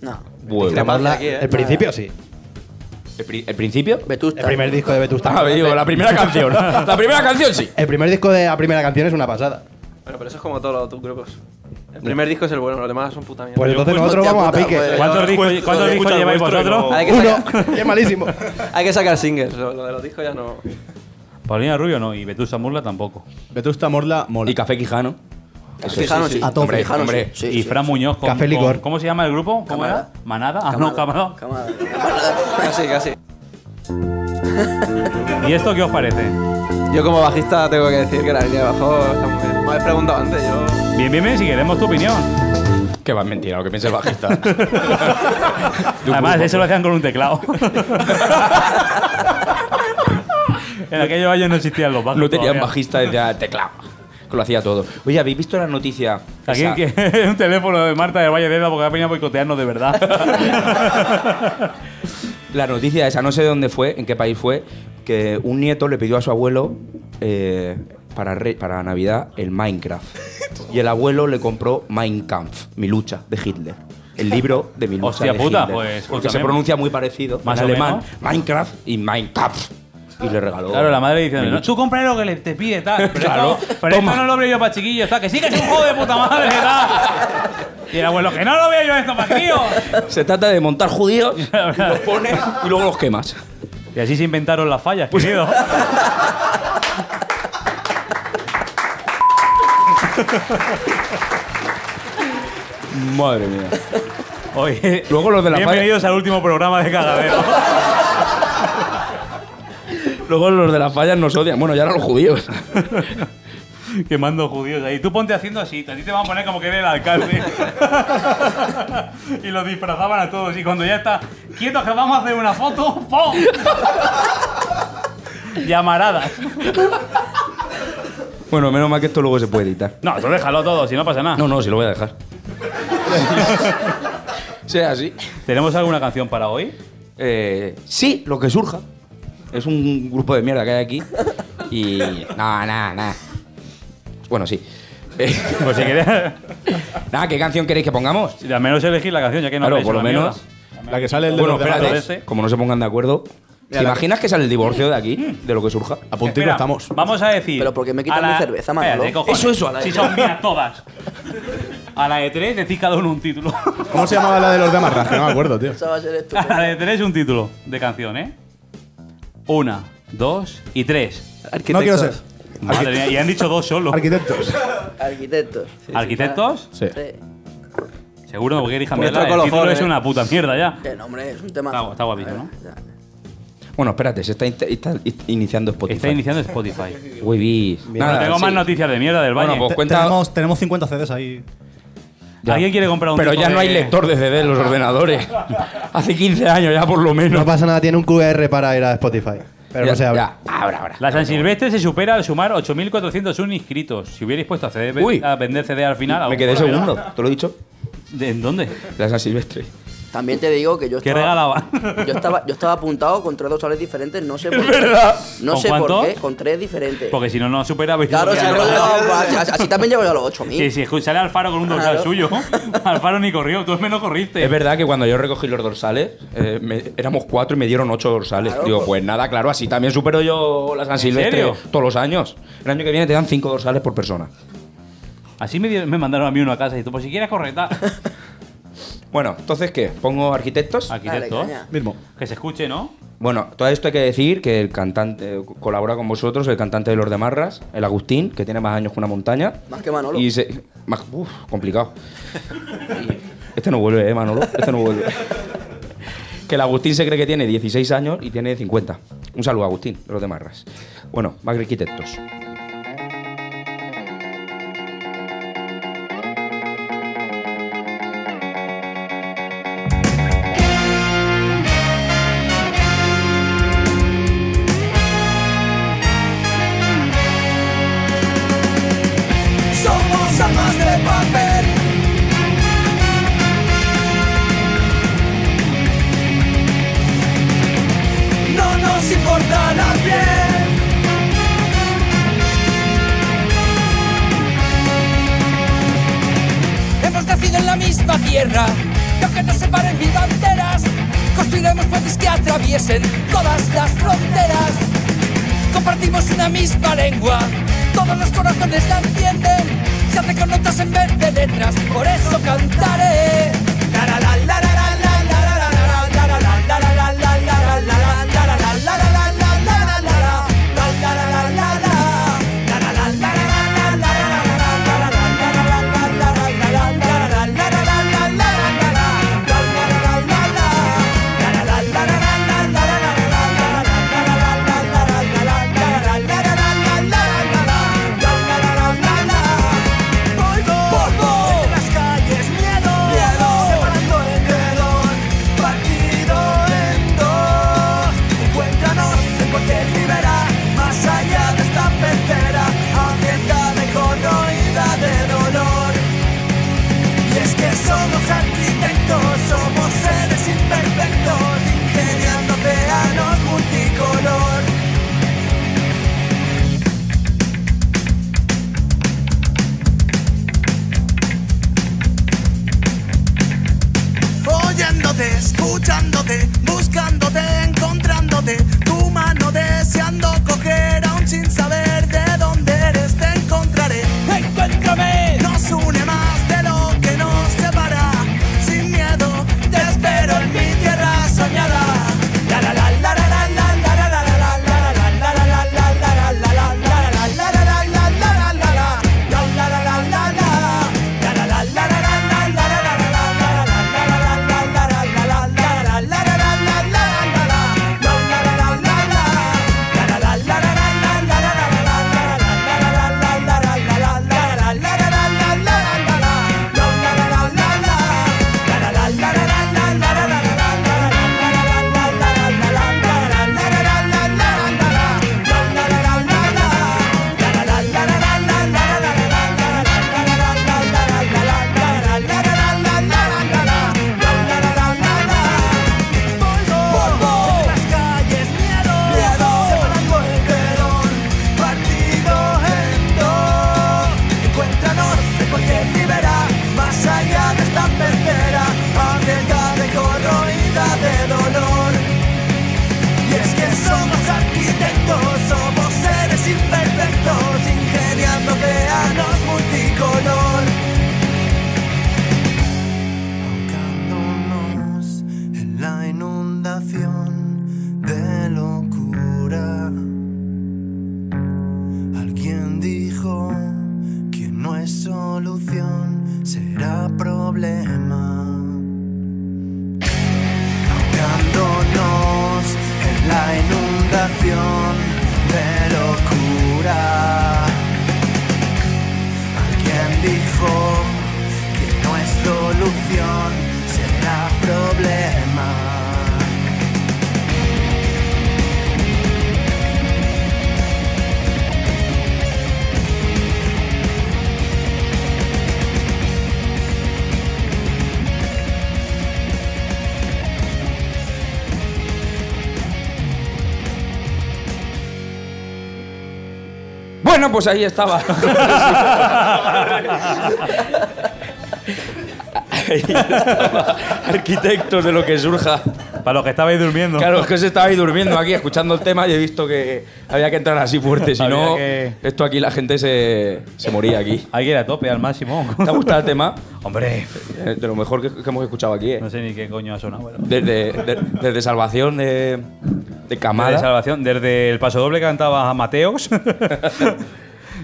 no.
Bueno.
Llamarla.
aquí, ¿eh?
El principio sí.
¿El, pri- el principio?
El
Vetusta.
primer disco de Vetusta.
Ah, digo, la [laughs] primera canción. La primera canción sí.
El primer disco de la primera canción es una pasada.
Bueno, pero eso es como todos los tus grupos. El primer disco es el bueno, los demás son puta mierda.
Pues entonces nosotros
hostia
vamos a
puta,
pique.
pues.
¿Cuántos
no,
discos,
escucha-
cuántos
escucha
discos
el
lleváis
vuestro y
vosotros?
no- Hay que
Uno. [laughs]
sacar-
Es malísimo.
Hay que sacar singles, lo, lo de los discos ya no.
Paulina Rubio no, y Vetusta Murla tampoco.
Vetusta Morla mola.
Y Café Quijano.
Quijano sí,
A tope.
Hombre,
Quijano
hombre.
sí, sí,
y
sí.
Fran Muñoz con,
Café
con-
Licor.
¿Cómo se llama el grupo? ¿Cómo
Camada.
era? ¿Manada? Ah, no, Camada.
Camada.
Casi, casi.
¿Y esto qué os parece?
Yo como bajista tengo que decir que la línea de abajo está muy bien. Me habéis preguntado antes, yo.
Bien, bien, bien, si queremos tu opinión.
Que va mentira, lo que piensa el [laughs] bajista.
Además,
pues.
eso lo hacían con un
[laughs]
teclado. en aquellos años no existían los bajos.
No tenían
todavía.
bajista desde teclado. Que lo hacía todo. Oye, ¿habéis visto la noticia?
Aquí
esa?
que- [laughs] un teléfono de Marta de Valle de Eda porque ha venido a boicotearnos de
[laughs]
verdad.
La noticia esa, no sé de dónde fue, en qué país fue, que un nieto le pidió a su abuelo eh, para, re- para Navidad el Minecraft. Y el abuelo le compró Mein Kampf, mi lucha, de Hitler. El libro de mi lucha.
Hostia
de
puta,
Hitler.
pues,
Porque se
escúchame.
pronuncia muy parecido.
Más
en
o
alemán,
menos.
Minecraft y Mein Kampf. Y le regaló.
Claro, la madre dice,
mi
no,
lucha.
tú compras lo que le- te pide, tal. Pero,
Claro,
esto, pero esto
toma.
no lo veo yo para chiquillos, tal. Que sí que es un juego de puta
[laughs]
madre, tal. Y el abuelo, que no lo veo yo esto para críos.
[laughs] Se trata de montar
[laughs]
judíos, los pones y luego los quemas.
Y así se inventaron las fallas,
Pues [laughs]
querido.
Madre mía.
Oye,
[laughs] Luego los de la
bienvenidos al último programa de Cagadero.
Luego los de las fallas nos odian. Bueno, ya eran los
[laughs]
judíos.
Quemando judíos ahí. Tú ponte haciendo así, a ti te van a poner como que eres el alcalde. [laughs] y los disfrazaban a todos. Y cuando ya está quietos que vamos a hacer una foto, [laughs] ¡pum! Llamaradas.
Bueno, menos mal que esto luego se puede editar.
No, tú déjalo todo, si no pasa nada.
No, no, si lo voy a dejar. [laughs] sea así.
¿Tenemos alguna canción para hoy?
Eh, sí, lo que surja. Es un grupo de mierda que hay aquí. Y. No, nada, nada. Bueno, sí. Eh,
Pues si queréis,
[laughs]
[laughs]
nada, ¿qué canción queréis que pongamos?
al menos elegir la canción, ya que no
Claro,
habéis
por lo
una
menos.
mierda.
La que sale el de
Bueno,
los debates.
espérate.
espérate. Como no se pongan de acuerdo. ¿Te
la-
imaginas que sale el divorcio de aquí? De lo que surja.
A puntico
Espera,
estamos.
Vamos a decir.
Pero ¿por qué me quitan
a la-
mi cerveza,
Espérate,
Manolo?
cojones.
Eso, eso, a la
Si
de-
son mías todas. A la de tres decís cada uno
[laughs]
un título.
¿Cómo se llamaba la de los de amarraje? No me
[laughs]
acuerdo, tío.
Eso va a ser
[laughs]
estupendo.
A la de tres un título de canción, ¿eh? Una, dos y tres.
No quiero ser.
Madre mía, y han dicho dos solo.
Arquitectos.
Arquitectos.
¿Arquitectos?
Sí.
Sí.
Seguro, porque elija
Pues
mierda.
otro
El título
colofón,
es
¿eh?
una puta mierda ya.
El nombre es un tema.
Está gu- está guapito, ¿no?
Eh, Bueno, espérate, se está, in- está in- iniciando
Está
Spotify.
iniciando Spotify.
Uy, bis.
No tengo
sí.
más noticias de mierda del
Bueno,
Valle.
pues- Cuenta-
Tenemos, tenemos 50 CDs ahí.
Ya.
¿Alguien quiere comprar un
Pero
disco
ya no hay
de-
lector de CD en los ordenadores. Hace 15 años ya, por lo menos.
No pasa nada, tiene un QR para ir a Spotify. Pero
Ya,
no se abre.
ya, ahora, ahora.
La San Silvestre se supera al sumar 8.401 inscritos. Si hubierais puesto a, CD,
Uy.
a vender CD al final... a lo
Me quedé
mejor,
segundo, te lo he dicho.
¿De- ¿En dónde?
La San Silvestre.
También te digo que yo
¿Qué
estaba,
regalaban?
Yo estaba, yo estaba apuntado con tres dorsales diferentes, no
[laughs]
sé por qué. No
¿Con
sé
cuánto?
por qué, con tres diferentes.
Porque si no, no superaba.
claro, si no llegaba- así, así también llego yo a los 8000.
Sí, sí, sale Alfaro con un dorsal
Claro.
suyo. [laughs] Alfaro ni corrió, tú al menos corriste.
Es verdad que cuando yo recogí los dorsales, eh, me- éramos cuatro y me dieron ocho dorsales.
Claro,
Digo,
pues-
pues, nada, claro, así también supero yo la San Silvestre
serio?
todos los años. El año que viene te dan cinco dorsales por persona.
Así me, dieron- me mandaron a mí uno a casa y tú, pues si quieres
[laughs]
correta.
Bueno, entonces, ¿qué? ¿Pongo arquitectos?
Dale,
Arquitecto.
caña.
Mismo.
Que se escuche, ¿no?
Bueno, todo esto hay que decir que el cantante eh, colabora con vosotros, el cantante de los de Marras, el Agustín, que tiene más años que una montaña.
Más que Manolo.
Y se, más- uf,
[laughs]
complicado. Este no vuelve, ¿eh, Manolo? Este no vuelve. Que el Agustín se cree que tiene 16 años y tiene 50. Un saludo, Agustín, de los de Marras. Bueno, más arquitectos.
Somos amas de papel. No nos importa la piel. Hemos nacido en la misma tierra, y aunque nos separen mil banderas, construiremos puentes que atraviesen todas las fronteras. Compartimos una misma lengua, todos los corazones la entienden. Se hace con notas en vez de letras, por eso cantaré. La, la, la, la, la, la, la, la, la, la, la, la, la, la, la, la, la, la, la, la, la, la, la, la, la, la, la, la, la, Polvo, polvo, en las calles miedo, miedo, separando el redor, partido en dos. Encuéntranos en cualquier ribera, más allá de esta pecera, ambientada y corroída de dolor. Y es que somos arquitectos, somos seres imperfectos, ingeniando océanos multicolor. Oyéndote, escuchándote, buscándote, encontrándote, tu mano deseando coger aún sin saber de dónde eres, te encontraré. Encuéntrame, nos une más de lo que nos separa. Sin miedo, te espero en mi tierra soñada. La la la la la la la la la la la la la la la la la la la la Polvo, las calles, miedo, miedo, separando el redón, partido en dos. Encuéntranos en cualquier ribera, más allá de esta pecera, ambientada de corroída de dolor. Y es que somos arquitectos, somos seres imperfectos, ingeniando océanos multicolor. Ahogándonos en la inundación de locura. Alguien dijo que no es solución, será problema ahogándonos en la inundación de locura. Alguien dijo que no es solución, será problema.
Bueno, pues ahí
[laughs]
estaba. Ahí estaba. Arquitectos de lo que surja.
Para los que estabais durmiendo.
Claro, es que os estabais durmiendo aquí escuchando el tema y he visto que había que entrar así fuerte. Si no,
Había que-
esto aquí la gente se, se moría aquí.
Hay que ir a tope
[laughs]
al máximo.
¿Te ha gustado el tema?
Hombre,
Eh, De lo mejor que, que hemos escuchado aquí, ¿eh?
no sé ni qué coño ha sonado. pero-
Desde, de- desde Salvación de, de
Desde
Camada.
Salvación, desde el paso doble que cantaba
[laughs]
a Mateos.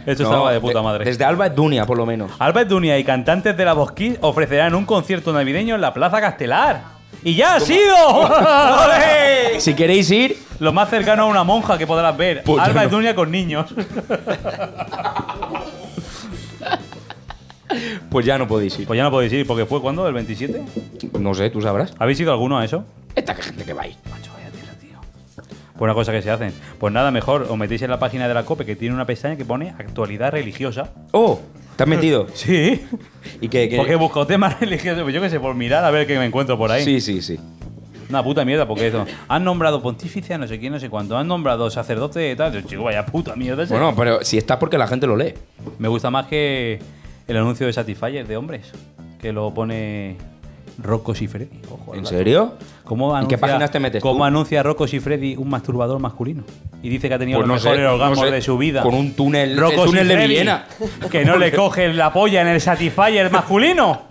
Esto
No,
estaba de puta
de-
madre.
Desde Alba es Dunia, por lo menos.
Albert Dunia y cantantes de la Bosquís ofrecerán un concierto navideño en la Plaza Castelar. ¡Y ya
[laughs]
ha sido! ¡Ole!
Si queréis ir,
Lo más cercano a una monja que podrás ver.
Puta,
Alba
Pues no.
Dunia con niños.
pues ya no podéis ir.
Pues ya no podéis ir, porque fue cuando, el 27.
No sé, tú sabrás.
¿Habéis ido alguno a eso?
Esta gente que va ahí.
Pues una cosa que se hacen. Pues nada, mejor os metéis en la página de la COPE que tiene una pestaña que pone actualidad religiosa.
¡Oh! ¿Te has metido?
Sí.
¿Y qué? qué?
[laughs] Porque he buscado temas religiosos. Pues yo qué sé, por mirar a ver qué me encuentro por ahí.
Sí, sí, sí.
Una puta mierda, porque eso. Han nombrado pontífice a no sé quién, no sé cuánto. Han nombrado sacerdote y tal. Yo, chico, vaya puta mierda. ese.
Bueno, pero si está porque la gente lo lee.
Me gusta más que el anuncio de Satisfyer de hombres, que lo pone Rocco Freddy.
¿En serio?
¿Cómo
¿En
anuncia,
qué páginas te metes tú?
¿Cómo anuncia Rocco Freddy un masturbador masculino? Y dice que ha tenido
Pues
los
no sé,
mejores
no
orgasmos
sé.
de su vida.
Con un túnel- el
Rocco
túnel de
Siffredi,
Viena.
[laughs] Que no le coge la polla en el Satisfyer masculino.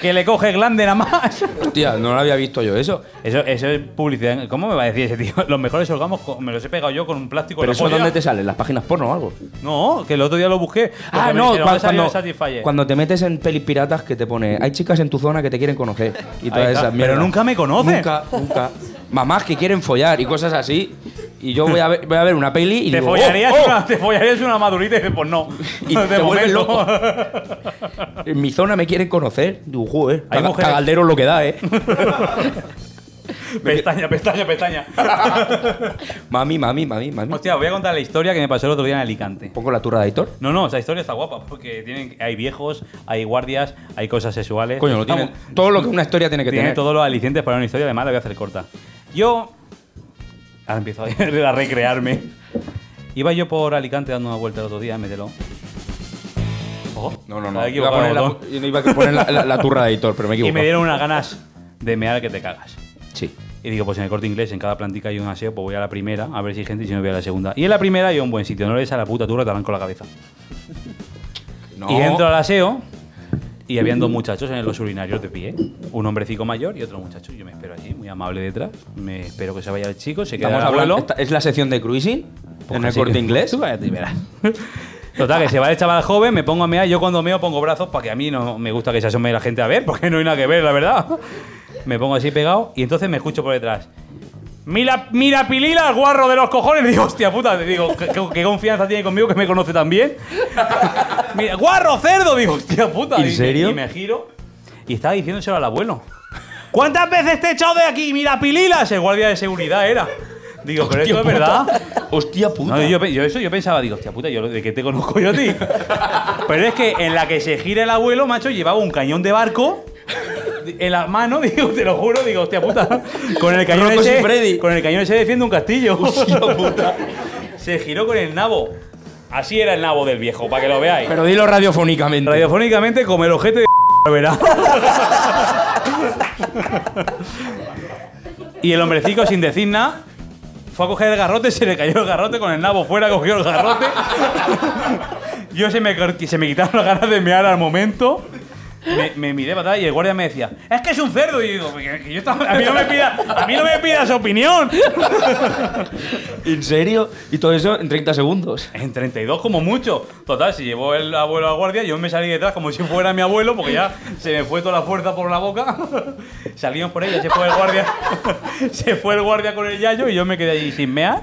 Que le coge glande nada más.
Hostia, no lo había visto yo eso.
Eso, eso es publicidad. ¿Cómo me va a decir ese tío? Los mejores orgasmos co- me los he pegado yo con un plástico. en
¿Pero
la
eso
polla.
dónde te sale? ¿En las páginas porno o algo?
No, que el otro día lo busqué.
Ah,
porque me
no,
dijeron,
cuan-
"Ha salido
cuando,
Satisfyer".
cuando te metes en pelis piratas que te pone hay chicas en tu zona que te quieren conocer y todas
Ahí está.
esas
Pero
mierdas.
nunca me conocen.
Nunca, nunca. Mamás que quieren follar y cosas así. Y yo voy a ver, voy a ver una peli y
Te
digo,
follarías,
"Oh, oh".
Una, te follarías una madurita y dices, pues no.
Y
[laughs] De
te vuelves
momento.
loco. oh, En mi zona me quieren conocer. Digo, joder,
Hay
caga-
mujeres-
cagaldero lo que
[laughs]
da, ¿eh?
pestaña, pestaña, pestaña.
mami, mami, mami, mami.
Hostia, Este, os voy a contar la historia que me pasó el otro día en Alicante.
Pongo la turra de Aitor.
No, no, esa historia está guapa porque tienen, hay viejos, hay guardias, hay cosas sexuales.
Coño, lo tiene.
Vamos,
Todo lo que una historia tiene que
tiene
tener.
todos los alicientes para una historia, además la voy a hacer corta. Yo. Ahora empiezo a [laughs] a recrearme. Iba yo por Alicante dando una vuelta el otro día, mételo. Ojo,
No, no,
me
no.
había
Iba a
equivocado
poner,
el
la,
botón.
iba a poner la, la- la turra de Aitor, pero me he
Y
equivocado.
me dieron unas ganas de mear que te cagas.
Sí.
Y digo, pues en el corte inglés, en cada plantica hay un aseo, pues voy a la primera, a ver si hay gente y si no voy a la segunda. Y en la primera hay un buen sitio, no le des a la puta turra, te arranco la cabeza.
No.
Y entro al aseo y habían dos muchachos en los urinarios de pie. Un hombrecico mayor y otro muchacho. Yo me espero allí, muy amable detrás. Me espero que se vaya el chico, se queda
Estamos
el
hablando.
abuelo.
esta- es la sección de cruising
Pues
en el
así
corte
que-
inglés.
Tú cállate y verás. Total, que se va el chaval joven, me pongo a mear. Yo cuando meo pongo brazos para que a mí no me gusta que se asome la gente a ver, porque no hay nada que ver, la verdad. Me pongo así pegado y entonces me escucho por detrás. Mira, mira pilila, el guarro de los cojones. [laughs] Digo, hostia puta, te digo, ¿qué, qué- qué confianza tiene conmigo que me conoce tan bien? Mira, guarro, cerdo, digo, hostia puta.
¿En
Y-
serio?
Y me giro y estaba diciéndoselo al abuelo. ¿Cuántas veces te he echado de aquí? Mira pililas, el guardia de seguridad era. Digo, pero esto es verdad.
Hostia puta.
No, yo, pe- yo eso yo pensaba, digo, hostia puta, yo, ¿de qué te conozco yo a
[laughs]
ti? Pero es que en la que se gira el abuelo, macho, llevaba un cañón de barco en la mano, [laughs] digo, te lo juro, digo, hostia puta, con el cañón
Rocco
ese,
Siffredi.
con el cañón ese defiende un castillo. [laughs] Se giró con el nabo. Así era el nabo del viejo, para que lo veáis.
Pero dilo radiofónicamente.
Radiofónicamente como el ojete de [laughs] Barberá. y el hombrecico sin decir nada fue a coger el garrote, se le cayó el garrote con el nabo fuera, cogió el garrote. Yo se me, cor- se me quitaron las ganas de mirar al momento. Me, me miré para atrás y el guardia me decía, es que es un cerdo. Y yo digo, "Que- que yo estaba- a, mí no me pida- a mí no me pidas opinión.
¿En serio? Y todo eso en 30 segundos.
[laughs] En 32 como mucho. Total, si llevó el abuelo a la guardia, yo me salí detrás como si fuera mi abuelo, porque ya se me fue toda la fuerza por la boca. [laughs] Salimos por ella, se fue el guardia. [laughs] se fue el guardia con el yayo y yo me quedé allí sin mear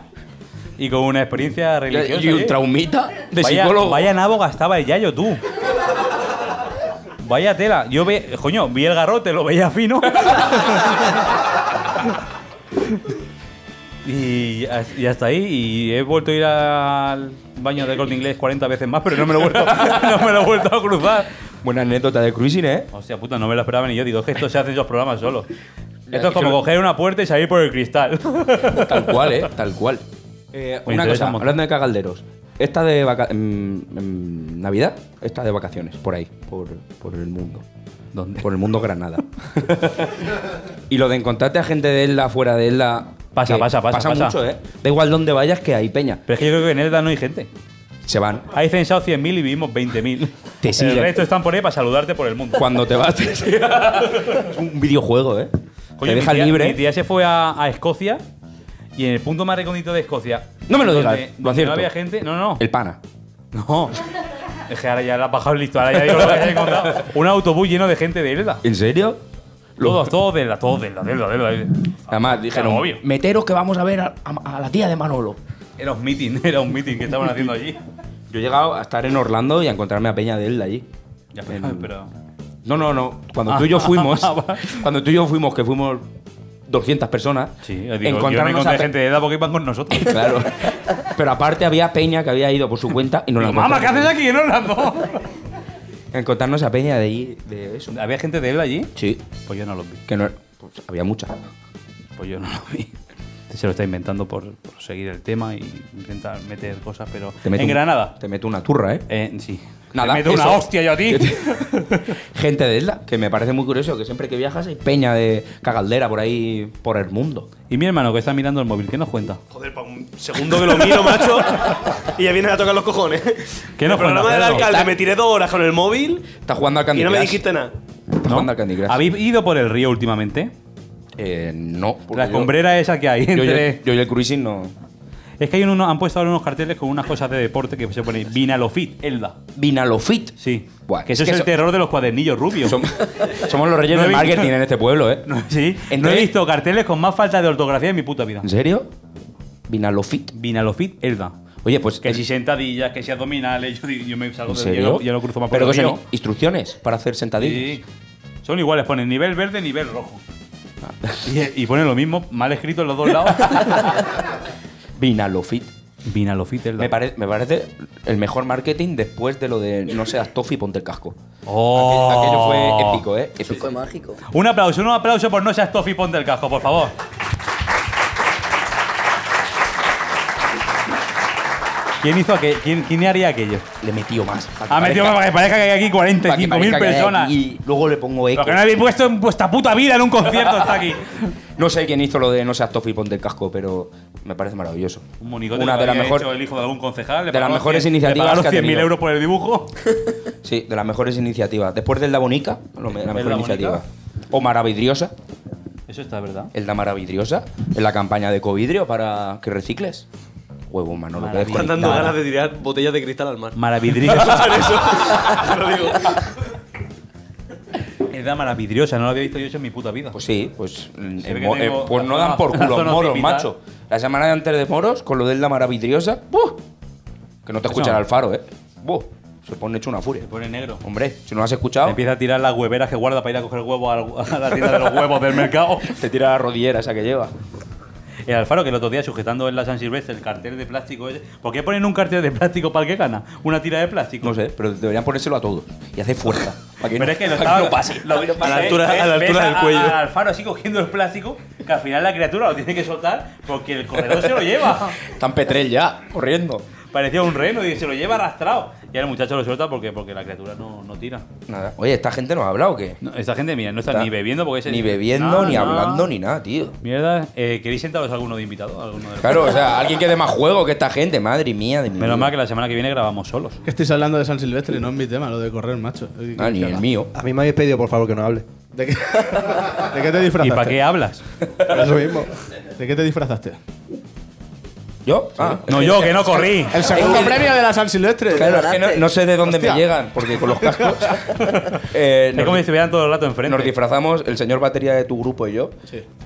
y con una experiencia religiosa.
Y un
¿eh?
traumita de
vaya,
psicólogo.
Vaya nabo gastaba el yayo tú. Vaya tela. Yo ve, coño, vi el garrote, lo veía fino. [laughs] Y as- y hasta ahí, y he vuelto a ir al baño de corte inglés 40 veces más, pero no me lo he vuelto, [laughs] no me lo he vuelto a cruzar.
Buena anécdota de cruising, ¿eh?
Hostia puta, no me lo esperaba ni yo. Digo, es que esto se hace en esos programas solo. Esto es
es que
como
no-
coger una puerta y salir por el cristal. [laughs]
Tal cual, ¿eh? Tal cual. Eh,
Me
una
interesa
Eh, cosa,
un montón.
hablando de cagalderos. Esta de vaca- mm, mm, Navidad, esta de vacaciones, por ahí, por, por el mundo.
¿Dónde?
Por el mundo Granada. [laughs] y lo de encontrarte a gente de Elda, fuera de Elda.
Pasa,
que
pasa, pasa, pasa.
mucho, ¿eh? Da igual dónde vayas que hay peña.
Pero es que yo creo que en Elda no hay gente.
Se van.
Hay censados 100.000 y vivimos 20.000.
Te
El
siguen.
resto están por ahí para saludarte por el mundo.
Cuando te [laughs] vas, te siguen. Es un videojuego, ¿eh?
Coño,
te
mi
dejan
tía-
libre.
Mi tía se fue a, a Escocia y en el punto más recóndito de Escocia.
No me lo digas,
donde-
lo
donde
acierto.
No había gente. No, no.
El pana.
No. Es que ahora ya la has bajado listo. Ahora ya digo lo que has encontrado. Un autobús lleno de gente de
[laughs]
Elda.
¿En serio?
Todos, todos de Elda, todos de Elda, de Elda, de Elda, de Elda.
Además, dijeron,
obvio.
meteros que vamos a ver a, a- a la tía de Manolo.
Era un meeting, [laughs] era un meeting que estaban haciendo allí.
Yo he llegado a estar en Orlando y a encontrarme a Peña de Elda allí.
Ya,
En-
pero.
No, no, no. Cuando
Ah, [laughs]
tú y yo fuimos, cuando tú y yo fuimos, que fuimos 200 personas,
Sí, digo, yo me
encontrarnos a
encontré
Pe-
gente de Elda porque iban con nosotros.
Claro. Pero aparte había Peña que había ido por su cuenta
[laughs]
y [laughs] no la
Digo, Mamá, ¿qué
encontramos.
haces aquí en Orlando?
[laughs] Encontrarnos a Peña de allí, de eso.
¿Había gente de Elda allí?
Sí,
Pues yo no los vi.
que no era- pues había mucha.
Pues yo no lo vi. Se lo está inventando por, por seguir el tema y intentar meter cosas, pero.
Te meto
en
un-
Granada.
Te meto una turra, ¿eh?
Eh, sí.
Nada,
Te meto una
eso.
hostia yo a ti.
[laughs] Gente de Elda, que me parece muy curioso que siempre que viajas hay peña de cagaldera por ahí, por el mundo.
y mi hermano que está mirando el móvil, ¿qué nos cuenta?
Joder, para un segundo que lo miro, macho. y ya vienes a tocar los cojones.
¿Qué
el
nos
programa
cuentas,
del
Pedro?
alcalde me tiré dos horas con el móvil
Está jugando al Candy
y no
Crush.
me dijiste nada.
Está jugando al Candy Crush.
¿Habéis ido por el río últimamente?
Eh, no. porque
La
yo-
escombrera esa que hay.
Yo, y
entre-
el- yo y el cruising no.
Es que hay uno, han puesto ahora unos carteles con unas cosas de deporte que se pone Vinalofit, Elda.
Vinalofit.
Sí.
Buah,
que eso
es
es,
que
el
eso-
terror de los cuadernillos rubios.
Som- somos los reyes
No he
del
visto-
marketing en este pueblo, ¿eh?
[laughs] No, sí. No
Entonces-
he visto carteles con más falta de ortografía en mi puta vida.
¿En serio? Vinalofit.
Vinalofit, Elda.
Oye, pues.
Que
en-
si sentadillas, que si abdominales, yo, digo, yo me salgo
¿En
del yo,
serio?
no- yo no cruzo más por
Pero
el
que son
río.
instrucciones para hacer sentadillas.
Sí. Son iguales, ponen nivel verde, nivel rojo.
Ah.
Y, y ponen lo mismo, mal escrito en los dos
[laughs]
lados.
Vinalofit.
Vinalofit, Elda.
Me, pare- me parece el mejor marketing después de lo de no seas tofi y ponte el casco.
Oh.
Aquello fue épico, ¿eh?
Eso
Épico.
fue mágico.
Un aplauso, un aplauso por no seas tofi, ponte el casco, por favor. ¿Quién hizo aquello? ¿Quién, quién haría aquello?
Le metió más. para que
Ha metido
parezca-
para que parezca que hay aquí
para que
45.000
parezca que hay
personas.
Y luego le pongo eco.
Lo que no habéis puesto en vuestra puta vida en un concierto está aquí.
No sé quién hizo lo de no seas tofi y ponte el casco, pero me parece maravilloso.
Un monigote
Una
que
de
lo
las
había
mejor-
hecho el hijo de algún concejal. le
de las
pagaron
mejores
100
iniciativas que
Le
ha
pagaron 100.000
tenido.
euros por el dibujo.
Sí, de las mejores iniciativas. Después del Da Bonica, lo me- la
¿El
mejor
Da
iniciativa.
Bonica?
O Maravidriosa,
Eso está, ¿verdad?
el da Maravidriosa, en la campaña de Covidrio para que recicles. Huevo, Manolo, que
Maravilla.
Están dando
desconectado.
ganas de tirar botellas de cristal al mar. [laughs]
Maravidriosa.
Eso, te lo digo.
Era maravidriosa, no lo había visto yo eso en mi puta vida.
Pues sí, pues, mm,
Se ve
el
que
mo-
tengo
eh, pues
la
no
zona-
dan por
la
culo los
zona
moros,
occipital.
macho. La semana de antes de moros, con lo del la maravidriosa, ¡buh! que no te escuchará el faro, ¿eh? ¡Buh! Se pone hecho una furia.
se pone negro.
Hombre, si no lo has escuchado,
Empieza a tirar las hueveras que guarda para ir a coger huevos al- [laughs] a la tienda de los huevos del mercado.
[laughs] te tira la rodillera esa que lleva.
El Alfaro que el otro día sujetando en la San Silvestre el cartel de plástico ese. ¿Por qué ponen un cartel de plástico para el que gana? Una tira de plástico.
No sé, pero deberían ponérselo a todos. Y hace fuerza. para
Pero
no-
es que lo
para
estaba
no pase.
lo-
A la
ves-
altura- a la
ves
altura del cuello.
al Alfaro así cogiendo el plástico que al final la criatura lo tiene que soltar porque el corredor se lo lleva.
Tan petrel ya, corriendo.
Parecía un reno y se lo lleva arrastrado. Y ahora el muchacho lo suelta porque, porque la criatura no, no tira.
Nada. Oye, ¿esta gente nos ha hablado o qué?
No, esta gente, mira, no está,
Está-
ni bebiendo porque ese-
Ni bebiendo,
Nada,
ni
nada.
hablando, ni nada, tío.
Mierda, eh, ¿queréis sentaros alguno de invitados? Alguno de los-
Claro, o sea, alguien que dé más juego que esta gente, madre mía de mi vida.
Menos mal que la semana que viene grabamos solos.
Que estáis hablando de San Silvestre, no es mi tema, lo de correr, macho.
Ah, ni el mío.
A mí me habéis pedido, por favor, que no hable.
¿De qué, ¿De qué te
¿Y
disfrazaste?
para qué hablas?
Por eso mismo.
¿De qué te disfrazaste?
¿Yo? Ah.
No, yo, que no corrí.
El segundo premio de la San Silvestre.
Claro, es que no, no sé de dónde
Hostia.
me llegan, porque con los
[laughs]
cascos. eh,
Es como si
nos,
estuvieran todo el rato enfrente.
nos disfrazamos, el señor batería de tu grupo y yo,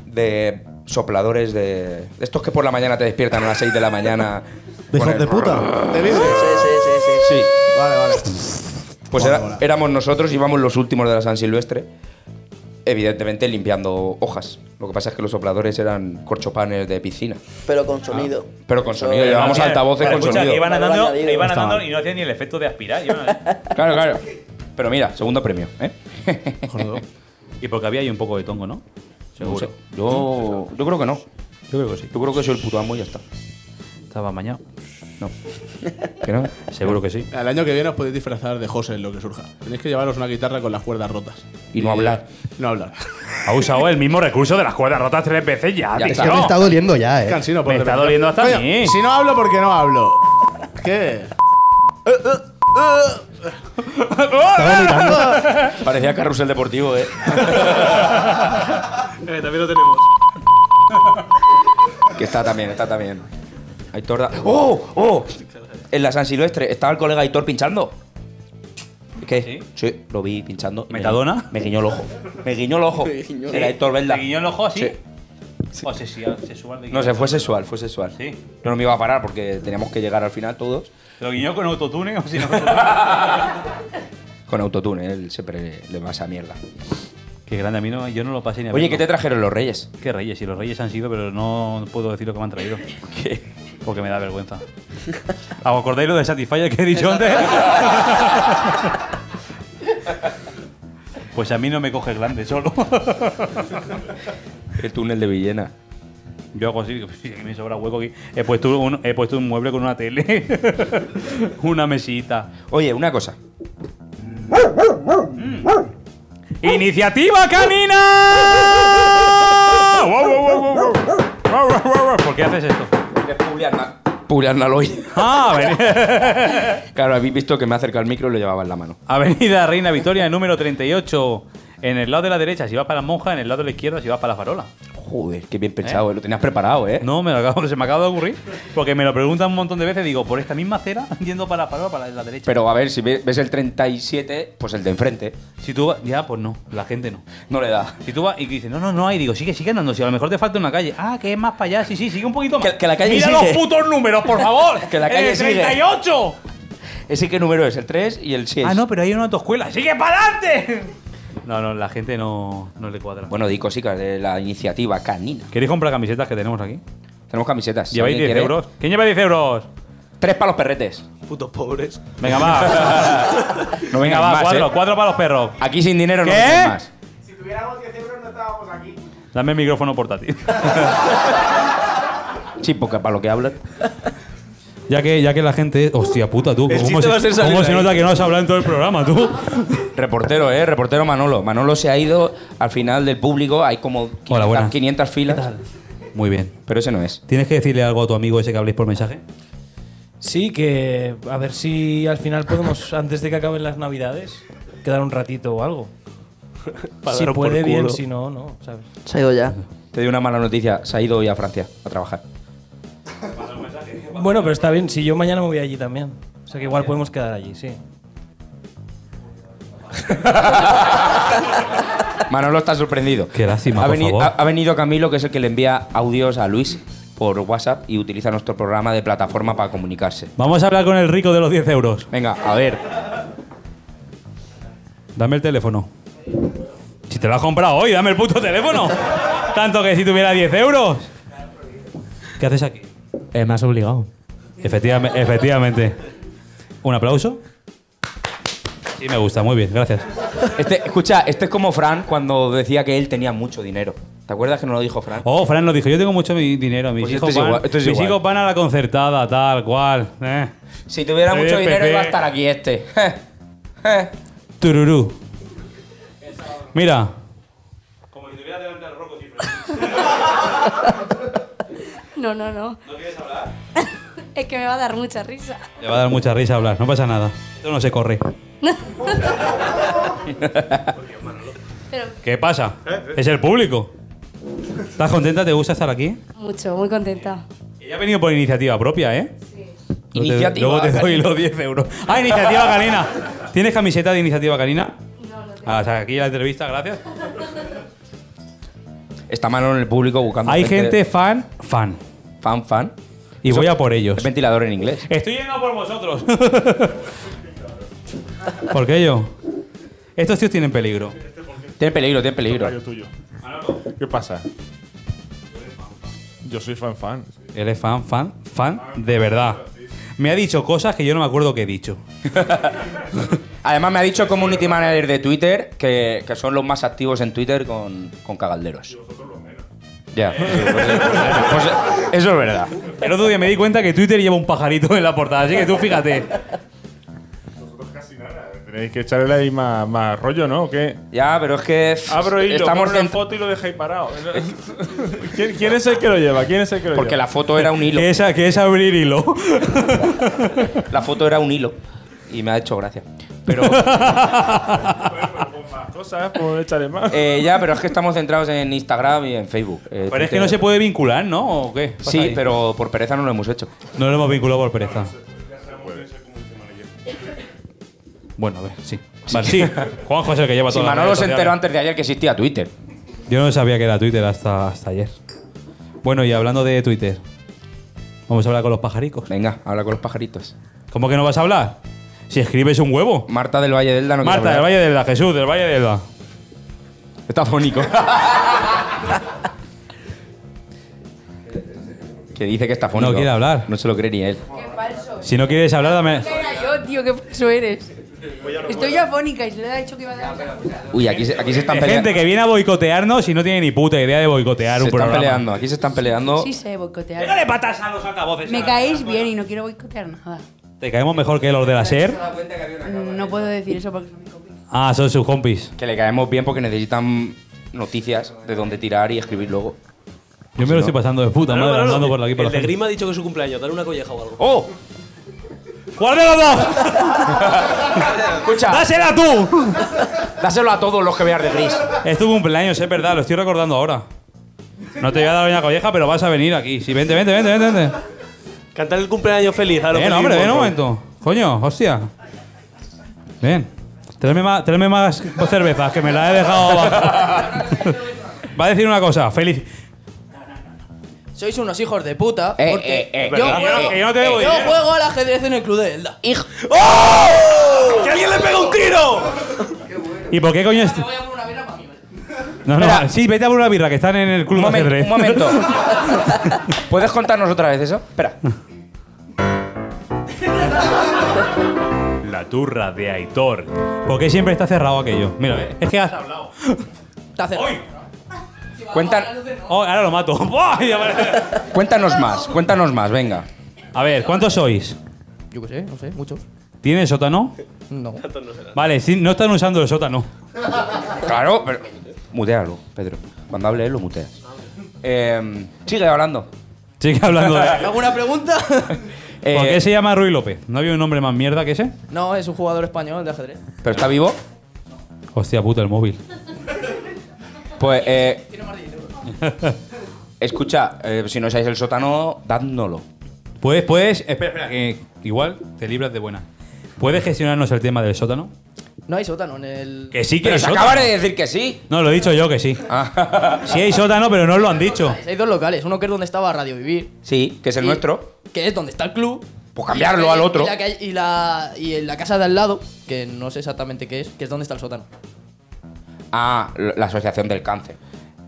de sopladores de. de Estos que por la mañana te despiertan a las 6 de la mañana.
De
con
hijos
el-
de puta.
¿De
Sí,
vidrio?
sí, sí, sí.
Sí.
Vale, vale.
Pues era- éramos nosotros, íbamos los últimos de la San Silvestre, evidentemente limpiando hojas. Lo que pasa es que los sopladores eran corchopanes de piscina.
Pero con sonido.
Ah.
Pero con
Eso-
sonido, llevamos
Pero,
altavoces con
pero escucha,
sonido.
que Iban
Vale,
andando,
vale,
iban
vale.
andando y no hacían ni el efecto de aspirar.
[laughs]
iban-
Claro, claro. Pero mira, segundo premio, ¿eh?
y porque había ahí un poco de tongo, ¿no?
No
Seguro.
sé. [laughs] Yo, yo creo que no.
Yo creo que sí.
Yo creo que soy el puto amo y ya está.
Estaba mañana.
No. ¿Que no?
Seguro que sí.
El año que viene os podéis disfrazar de José en lo que surja. Tenéis que llevaros una guitarra con las cuerdas rotas. eh,
Y no hablar.
[laughs]
No hablar.
Ha usado el mismo recurso de las cuerdas rotas tres veces ya,
Es
tío.
que me está doliendo ya, eh.
Cansino, por
Me está
defender.
doliendo hasta
Coño,
a mí.
Si no hablo, ¿por qué no hablo? ¿Qué?
Estaba mirando.
Parecía carrusel
[laughs]
deportivo, ¿eh?
Eh, también lo tenemos.
Que está también, está también. Aitor da- ¡Oh! ¡Oh! En la San Silvestre estaba el colega Aitor pinchando. ¿Qué?
¿Sí?
Sí, lo vi pinchando. y me-
¿Metadona?
Me guiñó el ojo. Me guiñó el ojo.
[laughs] Me guiñó.
Era Aitor Velda.
¿Te guiñó el ojo así?
Sí.
O se, se suba el de
No sé, fue sexual, fue sexual.
Sí.
Yo no me iba a parar porque teníamos que llegar al final todos
¿Lo guiñó con autotune o sin autotune?
con autotune. Él siempre le va a esa mierda.
[laughs] Qué grande, a mí no, yo no lo pasé ni a
Oye,
verlo.
¿qué te trajeron los reyes?
Qué reyes, y los reyes han sido, pero no puedo decir lo que me han traído.
¿Qué?
Porque me da vergüenza. ¿Os acordáis lo de Satisfyer que he dicho antes? pues a mí no me coge grande solo.
El túnel de Villena.
Yo hago así, sí, que me sobra hueco aquí. He puesto un, he puesto un mueble con una tele, [laughs] una mesita.
Oye, una cosa.
¡Iniciativa canina! ¡Wow, wow, wow, wow, wow! ¡Wow, wow, wow, wow! ¿Por qué haces esto?
Julián Naloy.
Ah, ven-
Claro, habéis visto que me ha acercado el micro y lo llevaba en la mano.
[laughs] Avenida Reina Victoria, número 38. En el lado de la derecha, si vas para la monja, en el lado de la izquierda, si vas para la farola.
Joder, qué bien pensado, ¿eh? lo tenías preparado, ¿eh?
No, me lo acabo, [laughs] se me acaba de ocurrir. Porque me lo preguntan un montón de veces. Digo, por esta misma acera, [laughs] yendo para la farola, para la derecha.
Pero a ver, si ve- ves el 37, pues el de enfrente
si tú vas, ya, pues no, la gente no.
no le da.
Si tú vas y dices, no, no, no hay, digo, sigue, sigue andando. Si a lo mejor te falta una calle. Ah, que es más para allá. Sí, sí, sigue un poquito más.
Que- que la calle
Mira
sigue.
los putos números, por favor.
[laughs] Que la calle
¡El
sigue.
38!
¿Ese qué número es? ¿El 3 y el 6?
Ah, no, pero hay una autoescuela. ¡Sigue para adelante! No, no, la gente no, no le cuadra.
Bueno, di cositas de la iniciativa canina.
¿Queréis comprar camisetas que tenemos aquí?
Tenemos camisetas. si
¿Lleváis
alguien
10
quiere.
euros? ¿Quién lleva 10 euros?
Tres para los perretes.
Putos pobres.
Venga,
[laughs]
va.
No
Venga,
vengáis
va,
más,
cuatro,
¿eh?
cuatro para los perros.
Ah.
Aquí sin dinero no
¿Qué?
vengáis más.
Si tuviéramos 10 euros no estábamos aquí.
Dame el micrófono portátil.
Sí, porque para lo que hablan.
[laughs] ya, que, ya que la gente. Hostia puta, tú.
El chiste va a ser salir de ahí.
que no has hablado en todo el programa, tú?
Reportero, ¿eh? Reportero Manolo. Manolo se ha ido al final del público. Hay como 500,
Hola, buenas.
500 filas.
Muy bien.
Pero ese no es.
¿Tienes que decirle algo a tu amigo ese que habléis por mensaje?
Sí, que a ver si al final podemos, antes de que acaben las navidades, quedar un ratito o algo.
[laughs] Para
si
dar por
puede bien,
culo.
si no, no, ¿sabes?
Se ha ido ya.
Te doy una mala noticia. Se ha ido hoy a Francia a trabajar.
Bueno, pero está bien, si yo mañana me voy allí también. O sea que igual podemos quedar allí, sí.
Manolo está sorprendido.
Qué lástima,
Ha,
por
veni-
favor.
ha- ha venido Camilo, que es el que le envía audios a Luis por WhatsApp y utiliza nuestro programa de plataforma para comunicarse.
Vamos a hablar con el rico de los 10 euros.
Venga, a ver.
Dame el teléfono. Si te lo has comprado hoy, dame el puto teléfono. Tanto que si tuviera 10 euros. ¿Qué haces aquí?
Eh, me has obligado.
Efectivame- efectivamente. ¿Un aplauso? Sí, me gusta, muy bien, gracias.
Este, escucha, este es como Fran cuando decía que él tenía mucho dinero. ¿Te acuerdas que no lo dijo Fran?
Oh, Fran nos dijo, yo tengo mucho mi dinero, mis,
Pues esto es
hijos, van,
igual, esto es
mis
igual.
hijos van a la concertada, tal cual. eh.
Si tuviera
Soy
mucho
del
dinero
PP.
iba a estar aquí este. [laughs] Eh.
Tururú. Mira. Como si tuviera
No, no, no.
[laughs] Es que me va a dar mucha risa.
Le va a dar mucha risa hablar, no pasa nada. Esto no se corre.
Pero
¿Qué pasa?
Eh,
Es el público. ¿Estás contenta? ¿Te gusta estar aquí?
mucho, muy contenta.
Ella ha venido por iniciativa propia, ¿eh? Luego te-
Iniciativa
Luego te doy
canina.
los 10 euros. ¡Ah, iniciativa canina! ¿Tienes camiseta de iniciativa canina?
No, no te...
Ah, o sea, aquí la entrevista, gracias.
Está Manolo en el público buscando.
Hay gente fan, fan.
Fan, fan.
Y voy a por ellos.
Es ventilador en inglés.
Estoy yendo por vosotros. [laughs] ¿Por qué yo? Estos tíos tienen peligro.
Tiene peligro, tiene peligro.
tuyo. ¿Qué pasa? Yo soy fan fan.
Él es fan, fan, fan de verdad. Me ha dicho cosas que yo no me acuerdo que he dicho.
Además, me ha dicho community manager de Twitter que, que son los más activos en Twitter con, con cagalderos. Ya. Pues,
eh.
eso es verdad.
El otro día me di cuenta que Twitter lleva un pajarito en la portada, así que tú fíjate.
Tenéis que echarle ahí más, más rollo, ¿no? ¿O qué?
Ya, pero es que.
Abro hilo,
estamos
estamos la
cent-
foto y lo dejáis parado. [laughs] ¿Quién, quién es el que lo lleva? ¿Quién es el que lo
Porque
lleva?
la foto era un hilo.
Que es, que es abrir hilo.
La foto era un hilo. Y me ha hecho gracia. Pero.
[laughs]
Cosas, pues échale más.
eh, ya, pero es que estamos centrados en Instagram y en Facebook. Eh,
Pero es que
Twitter-
no se puede vincular, ¿no? ¿O qué? Pasa
Sí,
ahí.
pero por pereza no lo hemos hecho.
No lo hemos vinculado por pereza. Bueno, a ver, sí. Vale, sí. Juanjo es el que lleva
Si
todas las
Manolo
redes
se enteró
sociales.
antes de ayer que existía Twitter.
Yo no sabía que era Twitter hasta, hasta ayer. Bueno, y hablando de Twitter, vamos a hablar con los pajaricos.
Venga, habla con los pajaritos.
¿Cómo que no vas a hablar? Si escribes un huevo.
Marta del Valle del Elda no quiere
Marta del
hablar.
Valle del Elda, Jesús del Valle del Elda.
Está fónico. que dice que está fónico.
No quiere hablar.
No se lo cree ni él.
Si no quieres hablar, dame.
Era yo, tío, qué paso eres. Estoy afónica y se le ha dicho que iba a dar la cosa.
Uy, aquí se, aquí se están
Hay
peleando.
gente que viene a boicotearnos y no tiene ni puta idea de boicotear
Se
un
están
programa.
peleando, aquí se están peleando.
Sí sé boicotear.
Pégale patas a los altavoces.
Me caéis bien y no quiero boicotear nada. Mm,
Te caemos mejor que los de la SER.
No puedo decir eso porque...
Ah, son sus compis.
Que le caemos bien porque necesitan noticias de dónde tirar y escribir luego.
Yo me lo estoy pasando de puta madre andando por aquí por
el
la
de
gente.
Grima ha dicho que es su cumpleaños, dale una colleja o algo.
¡Oh!
¡Cuál de los dos!
Escucha.
¡Dásela tú! Ah.
Dáselo a todos los que veas de gris.
Es tu cumpleaños, es verdad, lo estoy recordando ahora. No te voy a dar una colleja, pero vas a venir aquí. Sí, vente, vente, vente, vente. vente.
Cantar el cumpleaños feliz a los
Ven,
que
hombre, ven
vivimos,
un
pues.
momento. Coño, hostia. Ven. Tráeme más, tráeme más cervezas, que me la he dejado abajo. Va a decir una cosa, feliz.
Sois unos hijos de puta.
Eh,
porque
eh, eh,
yo,
verdad,
juego,
que yo no te debo
yo
dinero.
juego al ajedrez en el club de Elda. ¡Oh! ¡Que alguien le pegue un tiro!
¿Y por qué coño es.? No, no, sí, vete a por una birra, que están en el club
Un,
de
momen-
ajedrez.
un momento. ¿Puedes contarnos otra vez eso? Espera.
La turra [laughs] de Aitor. ¿Por qué siempre está cerrado aquello? Mira, es que has hablado.
Está cerrado.
Oh, ahora lo mato. [laughs] Ay, ya me-
Cuéntanos más, cuéntanos más, venga.
A ver, ¿cuántos sois?
Yo qué sé, no sé, muchos.
¿Tienen sótano?
No.
Vale, sí, no están usando el sótano.
Claro, pero. Mutealo, Pedro. Cuando hable él, lo muteas. Eh, sigue hablando.
Sigue hablando de.
¿Alguna pregunta?
Eh,
¿Por qué se llama Rui López? ¿No había un nombre más mierda que ese?
No, es un jugador español de ajedrez.
¿Pero está vivo?
Hostia puta, el móvil.
Pues, eh. [laughs] Escucha, eh, si no usáis el sótano, dádnoslo.
Puedes, puedes. Pues, Espera, espera, que igual te libras de buena. ¿Puedes gestionarnos el tema del sótano?
No hay sótano en el.
Que sí, que
Pero
hay
se
sótano.
acaba de decir que sí. [laughs]
No, lo he dicho yo que sí. Sí hay sótano, pero no os lo han dicho.
Hay dos locales, uno que es donde estaba Radio Vivir,
Sí, que es el
Sí.
nuestro.
que es donde está el club.
Pues cambiarlo
Y-
al otro.
Y la, calle- y, la, y en la casa de al lado, que no sé exactamente qué es, que es donde está el sótano.
Ah, la la Asociación del Cáncer.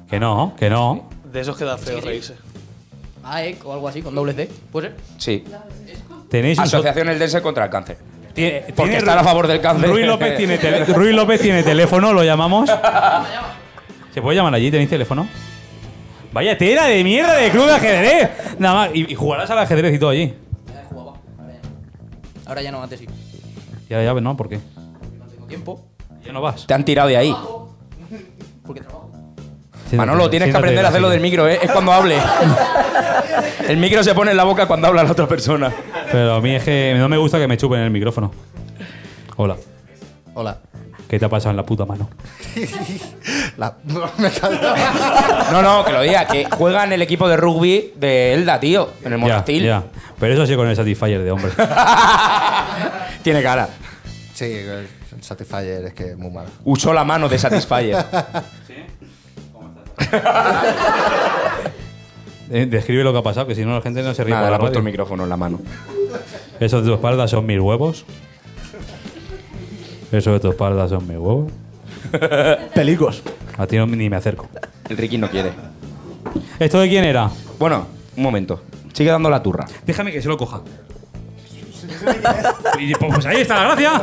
Que no, que no.
De esos queda feo reírse.
AEC Ah, eh, o algo así, con doble C. ¿Puede ser?
Sí.
Tenéis un só-
Asociación Eldense contra el Cáncer.
Tiene-
Porque
tiene
están
Ru-
a favor del cáncer.
Ruiz
[laughs]
López, tiene tele- Ruiz López tiene teléfono, lo llamamos. ¿Se puede llamar allí? ¿Tenéis teléfono? Vaya tela de mierda de club de ajedrez. Nada más. Y, y jugarás al ajedrez y todo allí.
Ahora ya no, antes sí.
Ya, ya, no, ¿por qué?
Tengo tiempo.
Ya no vas.
Te han tirado de ahí.
Porque trabajo.
Manolo, tienes que
siéntate,
aprender a hacerlo
siéntate.
del micro, ¿eh? Es cuando
[laughs]
hable. El micro se pone en la boca cuando habla la otra persona.
Pero a mí es que no me gusta que me chupen el micrófono. Hola.
Hola.
¿Qué te ha pasado en la puta mano?
La- me caldo.
No, no, que lo diga, que juega en el equipo de rugby de Elda, tío, en el monastil.
Ya, ya. Pero eso sí con el Satisfyer de hombre.
[laughs] Tiene cara.
Sí, el Satisfyer es que es muy malo.
Usó la mano de
[laughs]
Satisfyer.
Eh, Describe lo que ha pasado, que si no la gente no se ríe.
Nada,
por
le
la
ha puesto el
radio.
micrófono en la mano.
Esos de tu espalda son mis huevos. Esos de tu espalda son mis
[laughs]
huevos.
Peligros.
A ti no- ni me acerco.
El Ricky no quiere.
¿Esto de quién era?
Bueno, un momento. Sigue dando la turra.
Déjame que se lo coja. Y, pues, pues ahí está la gracia.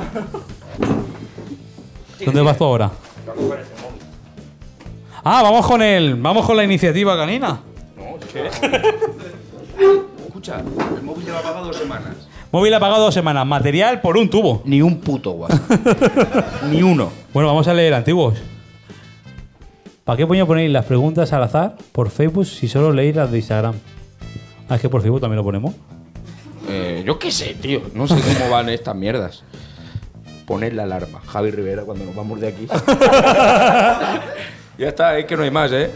¿Dónde vas tú ahora? Ah, vamos con el. Vamos con la iniciativa canina.
Escucha, el móvil lleva apagado dos semanas.
Móvil apagado dos semanas. Material por un tubo.
Ni un puto, guay.
[laughs]
Ni uno.
Bueno, vamos a leer antiguos. ¿Para qué puño ponéis las preguntas al azar por Facebook si solo leéis las de Instagram? Ah, es que por Facebook también lo ponemos.
Eh, yo qué sé, tío. No sé cómo van estas mierdas. Poner la alarma. Javi Rivera, cuando nos vamos de
[laughs]
aquí. ya está, es que no hay más, ¿eh?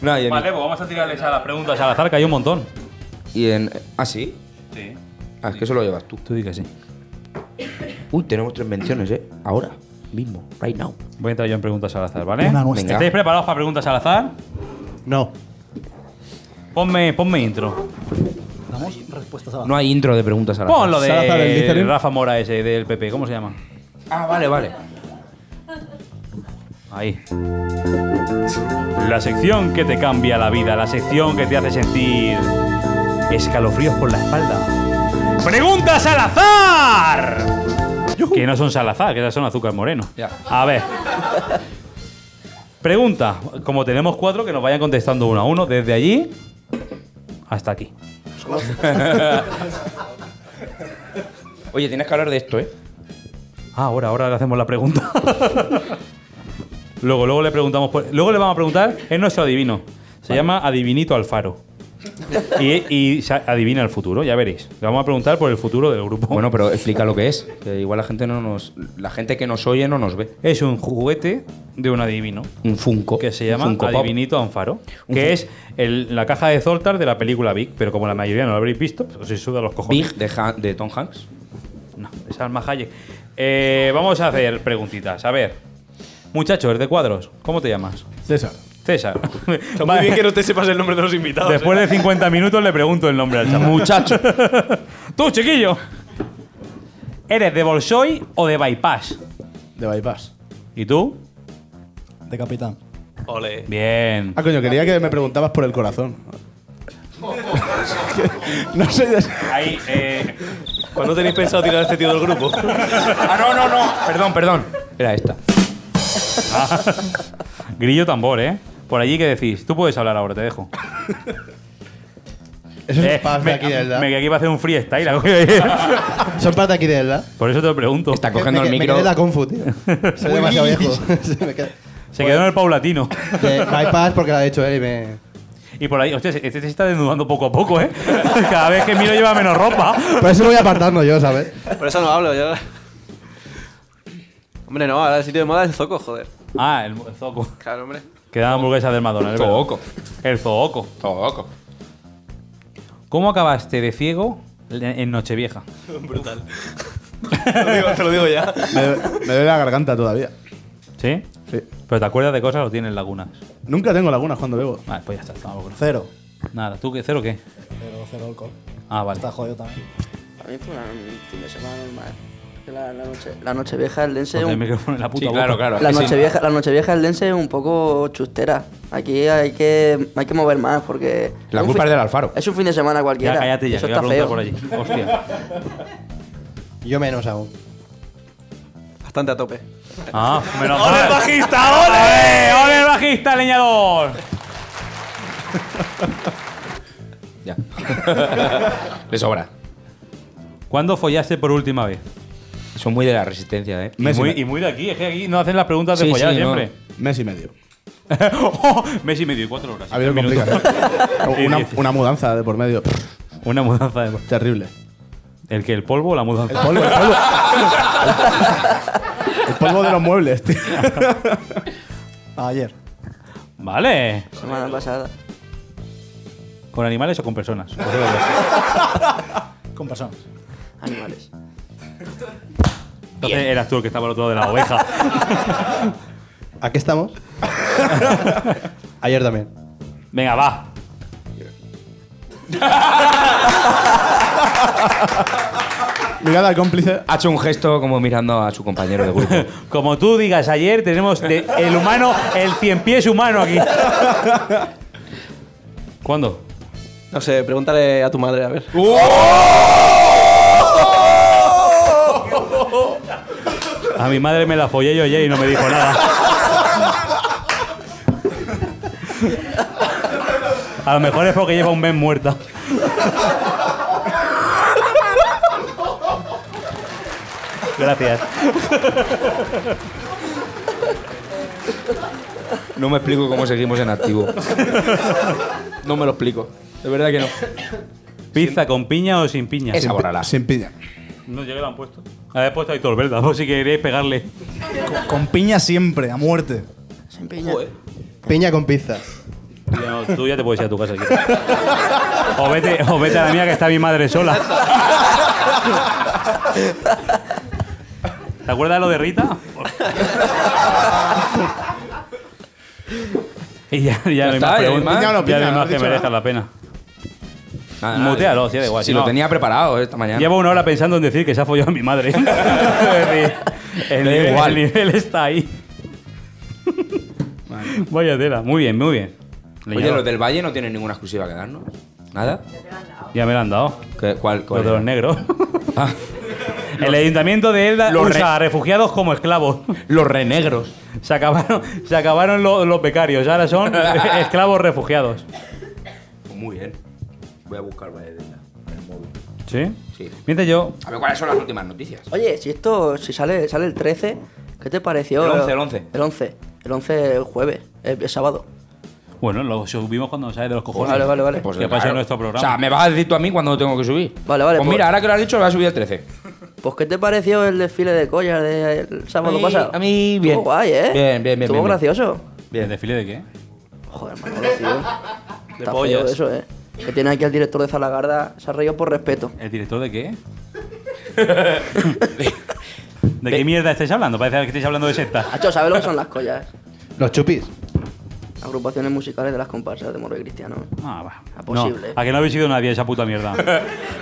Nada, y en-
Vale, pues vamos a tirarles a las preguntas
Al azar, que hay un montón.
Y en. ¿Ah, sí?
Sí.
Ah, es que eso lo llevas tú.
Tú di que sí.
Uy, tenemos tres menciones, ¿eh? Ahora, mismo, right now.
Voy a entrar yo en preguntas al azar, ¿vale?
Una nuestra.
¿Estáis preparados para preguntas al azar? No. Ponme, ponme intro.
Damos respuestas a
No hay intro de preguntas a la
Pon lo de Rafa Mora ese del PP, ¿cómo se llama?
Ah, vale, vale.
Ahí. La sección que te cambia la vida, la sección que te hace sentir escalofríos por la espalda. ¡Preguntas al azar! Que no son salazar, que esas son azúcar moreno.
Ya.
A ver. Pregunta. Como tenemos cuatro, que nos vayan contestando uno a uno, desde allí hasta aquí.
Oye, tienes que hablar de esto, ¿eh?
Ah, ahora, ahora le hacemos la pregunta. luego, luego le preguntamos. por- luego le vamos a preguntar. Es nuestro adivino. Se llama Adivinito Alfaro. y, y sa- adivina el futuro, ya veréis. Le vamos a preguntar por el futuro del grupo.
Bueno, pero explica lo que es. Que igual la gente no nos. La gente que nos oye no nos ve.
Es un juguete de un adivino.
Un Funko.
Que se llama
Funko Pop.
Adivinito Alfaro. Que es el- la caja de Zoltar de la película Big. Pero como la mayoría no la habréis visto, pues os suda los cojones.
Big de, Ha- de Tom Hanks.
No, es Alma Hayek. Eh, vamos a hacer preguntitas. A ver. Muchachos, de cuadros, ¿cómo te llamas?
César.
César.
[laughs] Está muy
Vale.
bien que no te sepas el nombre de los invitados.
Después
¿eh?
de 50 minutos le pregunto el nombre
[laughs]
al chaval.
Muchacho.
[laughs] Tú, chiquillo. ¿Eres de Bolsoy o de Bypass?
De bypass.
¿Y tú?
De capitán.
Ole.
Bien.
Ah, coño, quería que me preguntabas por el corazón. [laughs] no sé.
Ahí, eh.
¿Cuándo tenéis pensado tirar a este tío del grupo?
Ah, no, no, no. Perdón, perdón. Era esta.
Ah. Grillo tambor, ¿eh? Por allí, ¿qué decís? Tú puedes hablar ahora, te dejo.
Eso [laughs] es
Eh,
paz de
me,
aquí, ¿verdad?
Me quedé aquí para hacer un freestyle. ha cogido ahí.
Son parte aquí de él, ¿verdad?
[laughs] Por eso te lo pregunto. Está
me, que- me quedé en la confu, [laughs] tío. Soy demasiado viejo. [laughs] Se me queda-
Se quedó en el
[laughs]
paulatino.
De bypass porque lo ha hecho él y me.
Y por ahí, hostia, este se está desnudando poco a poco, ¿eh? [laughs] Cada vez que miro lleva menos ropa.
Por eso lo voy apartando yo, ¿sabes?
Por eso no hablo, yo. Hombre, no, ahora el sitio de moda es el Zoco, joder.
Ah, el, el zoco.
Claro, hombre.
Quedan hamburguesas del Madonna. es verdad.
Zooco.
El zooco.
Zooco.
¿Cómo acabaste de ciego en Nochevieja?
Brutal. Te lo digo- te lo digo
[laughs]
ya.
Me, me duele la garganta todavía.
¿Sí?
Sí.
¿Pero te acuerdas de cosas o tienes lagunas?
Nunca tengo lagunas cuando bebo.
Vale, pues ya está. estamos con-
Cero.
Nada, ¿tú qué? ¿Cero qué?
Cero, cero alcohol.
Ah, vale.
Está jodido también.
A mí fue un fin de semana normal. La, la noche, la noche vieja del dense.
Ponte el
un-
micrófono en la puta Sí, claro, boca. claro, es
La
que sí.
noche, vieja, la noche vieja del dense es un poco chustera. Aquí hay que, hay que mover más porque.
La
un
culpa
fin-
es del Alfaro.
Es un fin de semana cualquiera.
Ya, cállate ya,
Eso
que iba a
está
preguntar
feo.
por allí. Hostia.
Yo menos aún.
Bastante a tope.
Ah, menos
¡Ole,
mal.
el
bajista! ¡Ole! ¡Ole el bajista, leñador!
Ya. Le sobra.
¿Cuándo follaste por última vez?
Son muy de la resistencia, ¿eh?
Y muy, y muy de aquí, es que aquí no hacen las preguntas de
Sí,
follar
sí, no.
siempre. [laughs]
Mes y medio.
Mes y medio y cuatro horas.
Ha habido
Tres minutos.
[laughs]
complicaciones. una,
diez.
una mudanza de por medio.
Una mudanza de
Terrible.
¿El que ¿El polvo o la
[laughs]
mudanza?
El polvo, el polvo. El polvo de los muebles, tío.
Ayer.
Vale.
Semana pasada.
¿Con animales o con personas?
Con personas.
Animales.
Entonces eras tú el que estaba al otro lado de la oveja. [laughs]
Aquí
[laughs]
estamos. Ayer también.
Venga, va. [laughs]
Mirad al cómplice.
Ha hecho un gesto como mirando a su compañero de grupo.
Como tú digas ayer, tenemos de- el humano, el cien pies humano aquí. ¿Cuándo?
No sé, pregúntale a tu madre, a ver.
A mi madre me la follé yo ayer y no me dijo nada. A lo mejor es porque lleva un mes muerta. [laughs] Gracias.
No me explico cómo seguimos en activo. No me lo explico. De verdad que no.
¿Pizza con piña o sin piña?
Esa borrala.
Sin piña.
No, yo que la han puesto. La he puesto a Héctor, ¿verdad? Por si queréis pegarle.
Con piña siempre, a muerte.
Sin piña.
Piña con pizza.
Ya no, tú ya te puedes ir a tu casa. si quieres. O vete, o vete a la mía que está mi madre sola. ¿Te acuerdas de lo de Rita? Y ya, ya no hay
está, ya
más
no hay
preguntas.
más. Piña o no
Ya no
piña,
hay
no
más
has
que
dicho
merezca
nada.
la pena.
Nada, nada.
Mutealo, si da igual.
Si lo tenía preparado eh, esta mañana.
Llevo una hora pensando en decir que se ha follado a
[laughs]
mi madre. Es decir, el,
Da
nivel,
igual.
el nivel está ahí. Vaya tela. Muy bien, muy bien.
Oye, los del Valle no tienen ninguna exclusiva que darnos. ¿Nada?
Ya me lo han dado.
¿Qué- ¿Cuál? cuál Ah.
Los de
era? [laughs]
los negros. El ayuntamiento de Elda
Los
usa
re-
a refugiados como esclavos.
Los renegros.
Se acabaron, se acabaron lo- los becarios, ahora son esclavos refugiados.
Pues Muy bien. Voy a buscar Valle de Elda en el móvil.
¿Sí?
Sí.
Mientras yo.
A ver cuáles son las últimas noticias.
Oye, si esto, si sale, sale el 13, ¿qué te pareció?
El 11, el 11.
El 11. El 11 el jueves, el, el sábado.
Bueno, lo subimos cuando nos sale de los cojones.
Vale, vale, vale.
Pues
¿Qué pasa en
claro.
nuestro programa?
O sea, me vas a decir tú a mí cuándo lo tengo que subir.
Vale, vale.
Pues mira, ahora que lo has dicho, lo vas a subir el 13.
Pues ¿qué te pareció el desfile de collas del sábado
A mí-
pasado?
a mí bien.
Estuvo guay, ¿eh?
Bien, bien, bien,
Estuvo
bien, bien.
gracioso.
¿El desfile de qué?
Joder, Manolo, tío.
De
Está feo
pollas.
eso, ¿eh? Que tiene aquí al director de Zalagarda, se ha reído por respeto.
¿El director de qué? ¿De qué mierda estáis hablando? Parece que estáis hablando de secta.
Hacho, ¿sabes lo que son las collas?
Los chupis.
Agrupaciones musicales de las comparsas de Moro y Cristiano.
Ah, va.
Imposible.
No, a que no habéis ido nadie a esa puta mierda. no,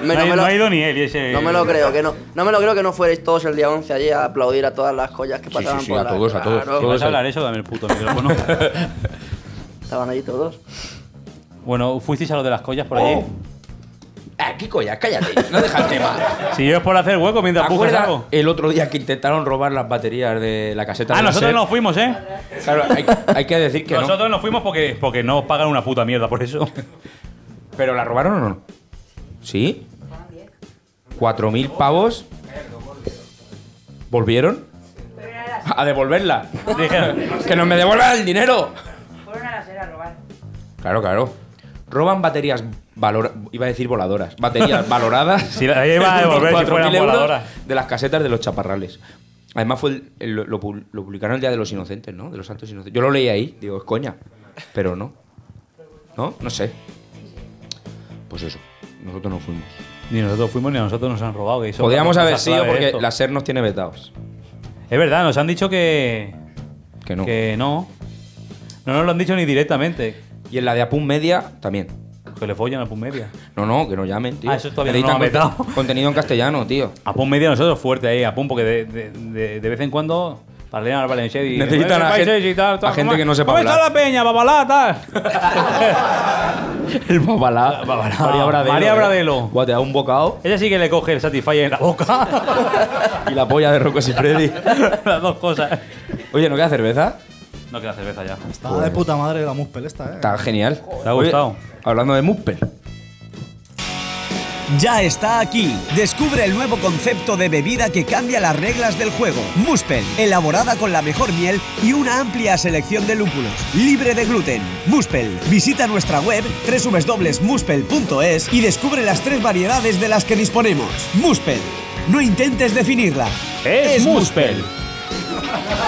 no
ha-
me lo-
no ha ido ni él. y ese-
No me lo creo, que no, no me lo creo que no fuerais todos el día 11 allí a aplaudir a todas las collas que pasaban por la- Claro,
¿Vas a hablar eso? Dame el puto micrófono.
Estaban allí todos.
bueno, ¿fuisteis a lo de las collas por allí?
Aquí, Oh. Ah, coña, cállate. No deja el tema.
[laughs] Si es por hacer hueco
¿Te
mientras buscas
acuerdas
algo.
el otro día que intentaron robar las baterías de la caseta?
Ah,
de la
nosotros
SER?
no fuimos, ¿eh?
Claro, hay, hay que decir
[laughs]
que no.
Nosotros no fuimos porque, porque no os pagan una puta mierda por
[laughs]
eso.
¿Pero la robaron o no? ¿Sí? ¿4.000 pavos? ¿Volvieron? A devolverla.
Dijeron,
¡Que nos me devuelvan el dinero! Claro, claro. Roban baterías valor... Iba a decir voladoras. Baterías valoradas.
Si la iba a devolver si
4.000
fueran
euros
voladoras.
De las casetas de los chaparrales. Además fue el- el- lo, lo pu- lo publicaron el día de los inocentes, ¿no? De los santos inocentes. Yo lo leí ahí. Digo, es coña. Pero no. ¿No? No sé. Pues eso. Nosotros no fuimos.
Ni nosotros fuimos ni a nosotros nos han robado. que eso
Podríamos
es una
haber
cosa
sido
clave
porque
esto.
la SER nos tiene vetados.
Es verdad, nos han dicho que.
Que no.
Que no. No nos lo han dicho ni directamente.
Y en la de Apun Media también.
Que le follan a Pun Media.
No, no, que no llamen, tío.
Ah, eso todavía no
Editan
lo han
conte-
vetado.
Contenido en castellano,
[laughs]
tío.
A Pun Media nosotros fuerte ahí, a Pun, porque de, de- de- de vez en cuando. Parlean al Valencia y.
Necesitan a
"Eh,
gente-
países y tal, tal,
a gente
¿cómo-
que no sepa
¿Cómo está
hablar?
la peña, babalá, tal?
El babalá. María Bradelo.
María
eh.
Bradelo.
Buah, te da un bocado
Ella sí que le coge el Satisfyer en la boca. [laughs]
y la polla de Rocco y Freddy.
Las dos cosas.
[laughs] Oye, ¿no queda cerveza?
No queda cerveza ya.
Está de puta madre la muspel esta, eh.
Pues- Está genial.
¿Te ha gustado?
hablando de Muspel.
Ya está aquí. Descubre el nuevo concepto de bebida que cambia las reglas del juego. Muspel, elaborada con la mejor miel y una amplia selección de lúpulos, libre de gluten. Muspel, visita nuestra web www.muspel.es y descubre las tres variedades de las que disponemos. Muspel, no intentes definirla.
Es, Muspel.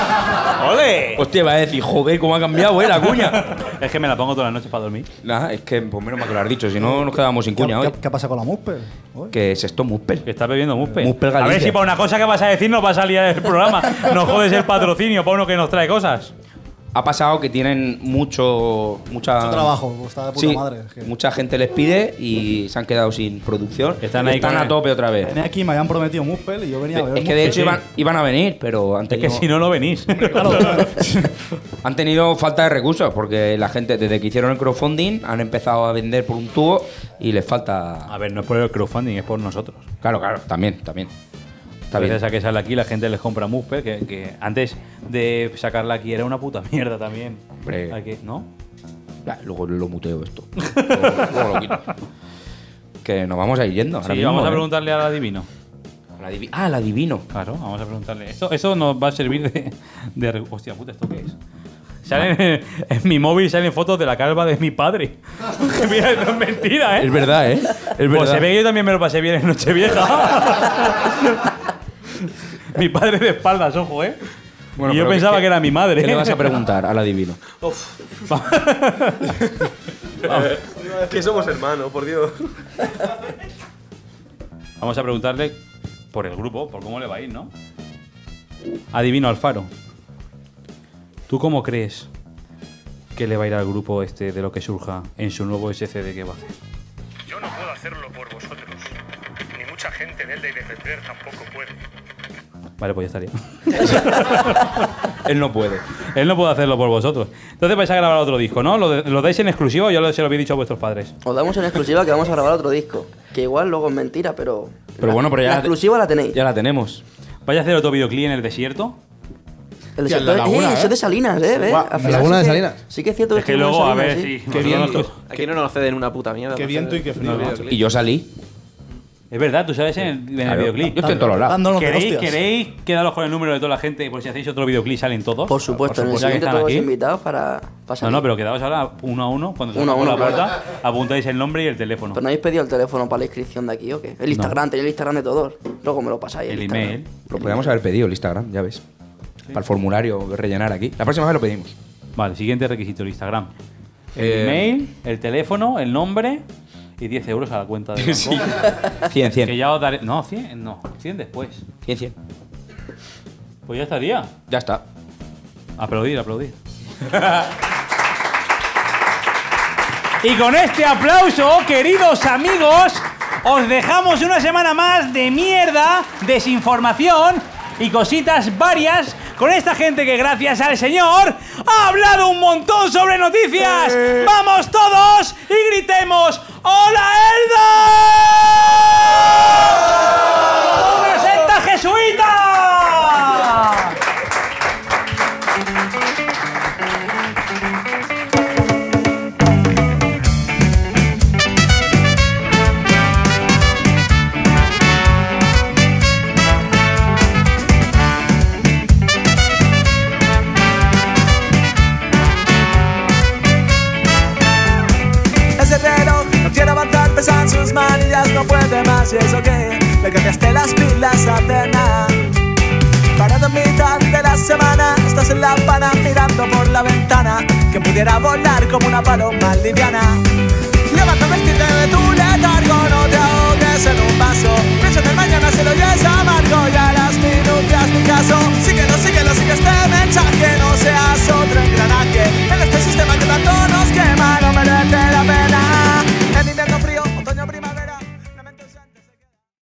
[laughs] ¡Ole!
Hostia, va a decir, joder, cómo ha cambiado, eh, la
[laughs]
cuña.
Es que me la pongo todas las noches para dormir.
Nah, es que por menos mal que lo has dicho, si no nos quedábamos sin
¿Qué,
cuña hoy.
qué- qué ha pasado con la muspel? hoy?
Que es esto Muspel.
Que estás bebiendo Muspel.
Muspel
A
Galicia.
ver si para una cosa que vas a decir nos va a salir
[laughs]
el programa. Nos jodes el patrocinio para uno que nos trae cosas.
Ha pasado que tienen mucho. Mucha,
Mucho trabajo, pues, está de puta
Sí,
madre. es que-
Mucha gente les pide y se han quedado sin producción.
Están ahí
Están
con
a
el-
tope otra vez.
Venía aquí, me habían prometido muspel y yo venía a beber
Es que de hecho
muspel.
iban, iban a venir, pero han
Es que
tenido,
si no, no venís.
han tenido falta de recursos porque la gente, desde que hicieron el crowdfunding, han empezado a vender por un tubo y les falta.
A ver, no es por el crowdfunding, es por nosotros.
Claro, claro, también, también. Está bien.
Gracias a que sale aquí, la gente les compra Muspel, que, que antes de sacarla aquí era una puta mierda también.
Hombre.
Aquí, ¿No?
Ah, Luego lo muteo esto. [laughs] Luego- luego lo quito. Que nos vamos a ir yendo. ahora
Sí,
mismo,
vamos a
¿eh?
preguntarle al adivino.
ah, al adivino.
Claro, vamos a preguntarle. Eso, eso nos va a servir de, de re- Hostia puta, ¿esto qué es? Salen,
Ah.
[laughs] en mi móvil salen fotos de la calva de mi padre. [laughs] Mira, no es mentira, ¿eh?
Es
[laughs]
verdad, ¿eh? Es
Pues
verdad.
se ve que yo también me lo pasé bien en
[laughs]
Nochevieja. mi padre de espaldas, ojo, ¿eh?
Bueno,
y yo
pero
pensaba
¿qué-
que era mi madre.
¿Qué le vas a preguntar al adivino?
que somos hermanos, por Dios.
[laughs] Vamos a preguntarle por el grupo, por cómo le va a ir, ¿no? Adivino Alfaro. ¿Tú cómo crees que le va a ir al grupo este de lo que surja en su nuevo SCD que va a hacer?
Yo no puedo hacerlo por vosotros. Ni mucha gente del de defender tampoco puede.
Vale, pues ya
[laughs]
estaría. Él no puede. Él no puede hacerlo por vosotros. Entonces vais a grabar otro disco, ¿no? ¿Lo, de- lo dais en exclusiva o ya lo- se lo habéis dicho a vuestros padres?
Os damos una exclusiva que vamos a grabar otro disco. Que igual luego es mentira, pero.
Pero bueno, pero ya
La
la te-
exclusiva la tenéis.
Ya la tenemos. ¿Vais a hacer otro videoclip en el desierto?
El desierto de- eh, eso es de Salinas, ¿eh? ¿ves?
Guau,
Al
la
final
laguna
sí
de
que-
Salinas.
Sí que es cierto
Es que
es
luego, a
Salinas,
ver,
sí.
sí.
Qué
Nosotros
viento.
nos-
Aquí no nos ceden una puta mierda.
Qué
no
viento
ceden-
y qué frío.
No, no.
Y yo salí.
Es verdad, tú sales en el, en el
Claro,
videoclip.
yo estoy en todos lados. Dándonos de
¿Queréis,
hostias.
¿Queréis quedaros con el número de toda la gente y por si hacéis otro videoclip salen todos?
Por supuesto, en
ya
el
que
siguiente
están
todos
aquí.
invitados para
No,
pasar.
no, pero quedaos ahora uno a uno. Cuando
Uno
salga
a
por
uno,
la
claro.
puerta, apuntáis el nombre y el teléfono.
Pero no habéis pedido el teléfono para la inscripción de aquí, ¿o qué? El Instagram, tenéis el Instagram de todos. Luego me lo pasáis.
El
Instagram.
email.
Lo podríamos haber pedido el Instagram, ya ves. Para el formulario rellenar aquí. La próxima vez lo pedimos.
Vale, siguiente requisito, el Instagram. El
Eh,
email, el teléfono, el nombre y 10 euros a la
[laughs]
cuenta de banco.
100, 100.
Que ya os daré... No, 100, no. 100 después.
100, 100.
Pues ya estaría.
Ya está.
Aplaudir, aplaudir. [laughs] Y con este aplauso, queridos amigos, os dejamos una semana más de mierda, desinformación y cositas varias con esta gente que gracias al señor ha hablado un montón sobre noticias. Vamos todos y gritemos, ¡Hola Elda! ¡Una secta jesuita!
Ese reloj no quiere avanzar, pesan sus manillas, no puede más. Y eso que le cambiaste las pilas a pena. Parado en mitad de la semana, estás en la pana mirando por la ventana. Que pudiera volar como una paloma liviana. Levanta vestirte de tu letargo, no te ahogues en un vaso. Piensa en el mañana si lo oyes amargo y a las minucias mi caso. Síguelo, síguelo, sigue este mensaje, no seas otro engranaje.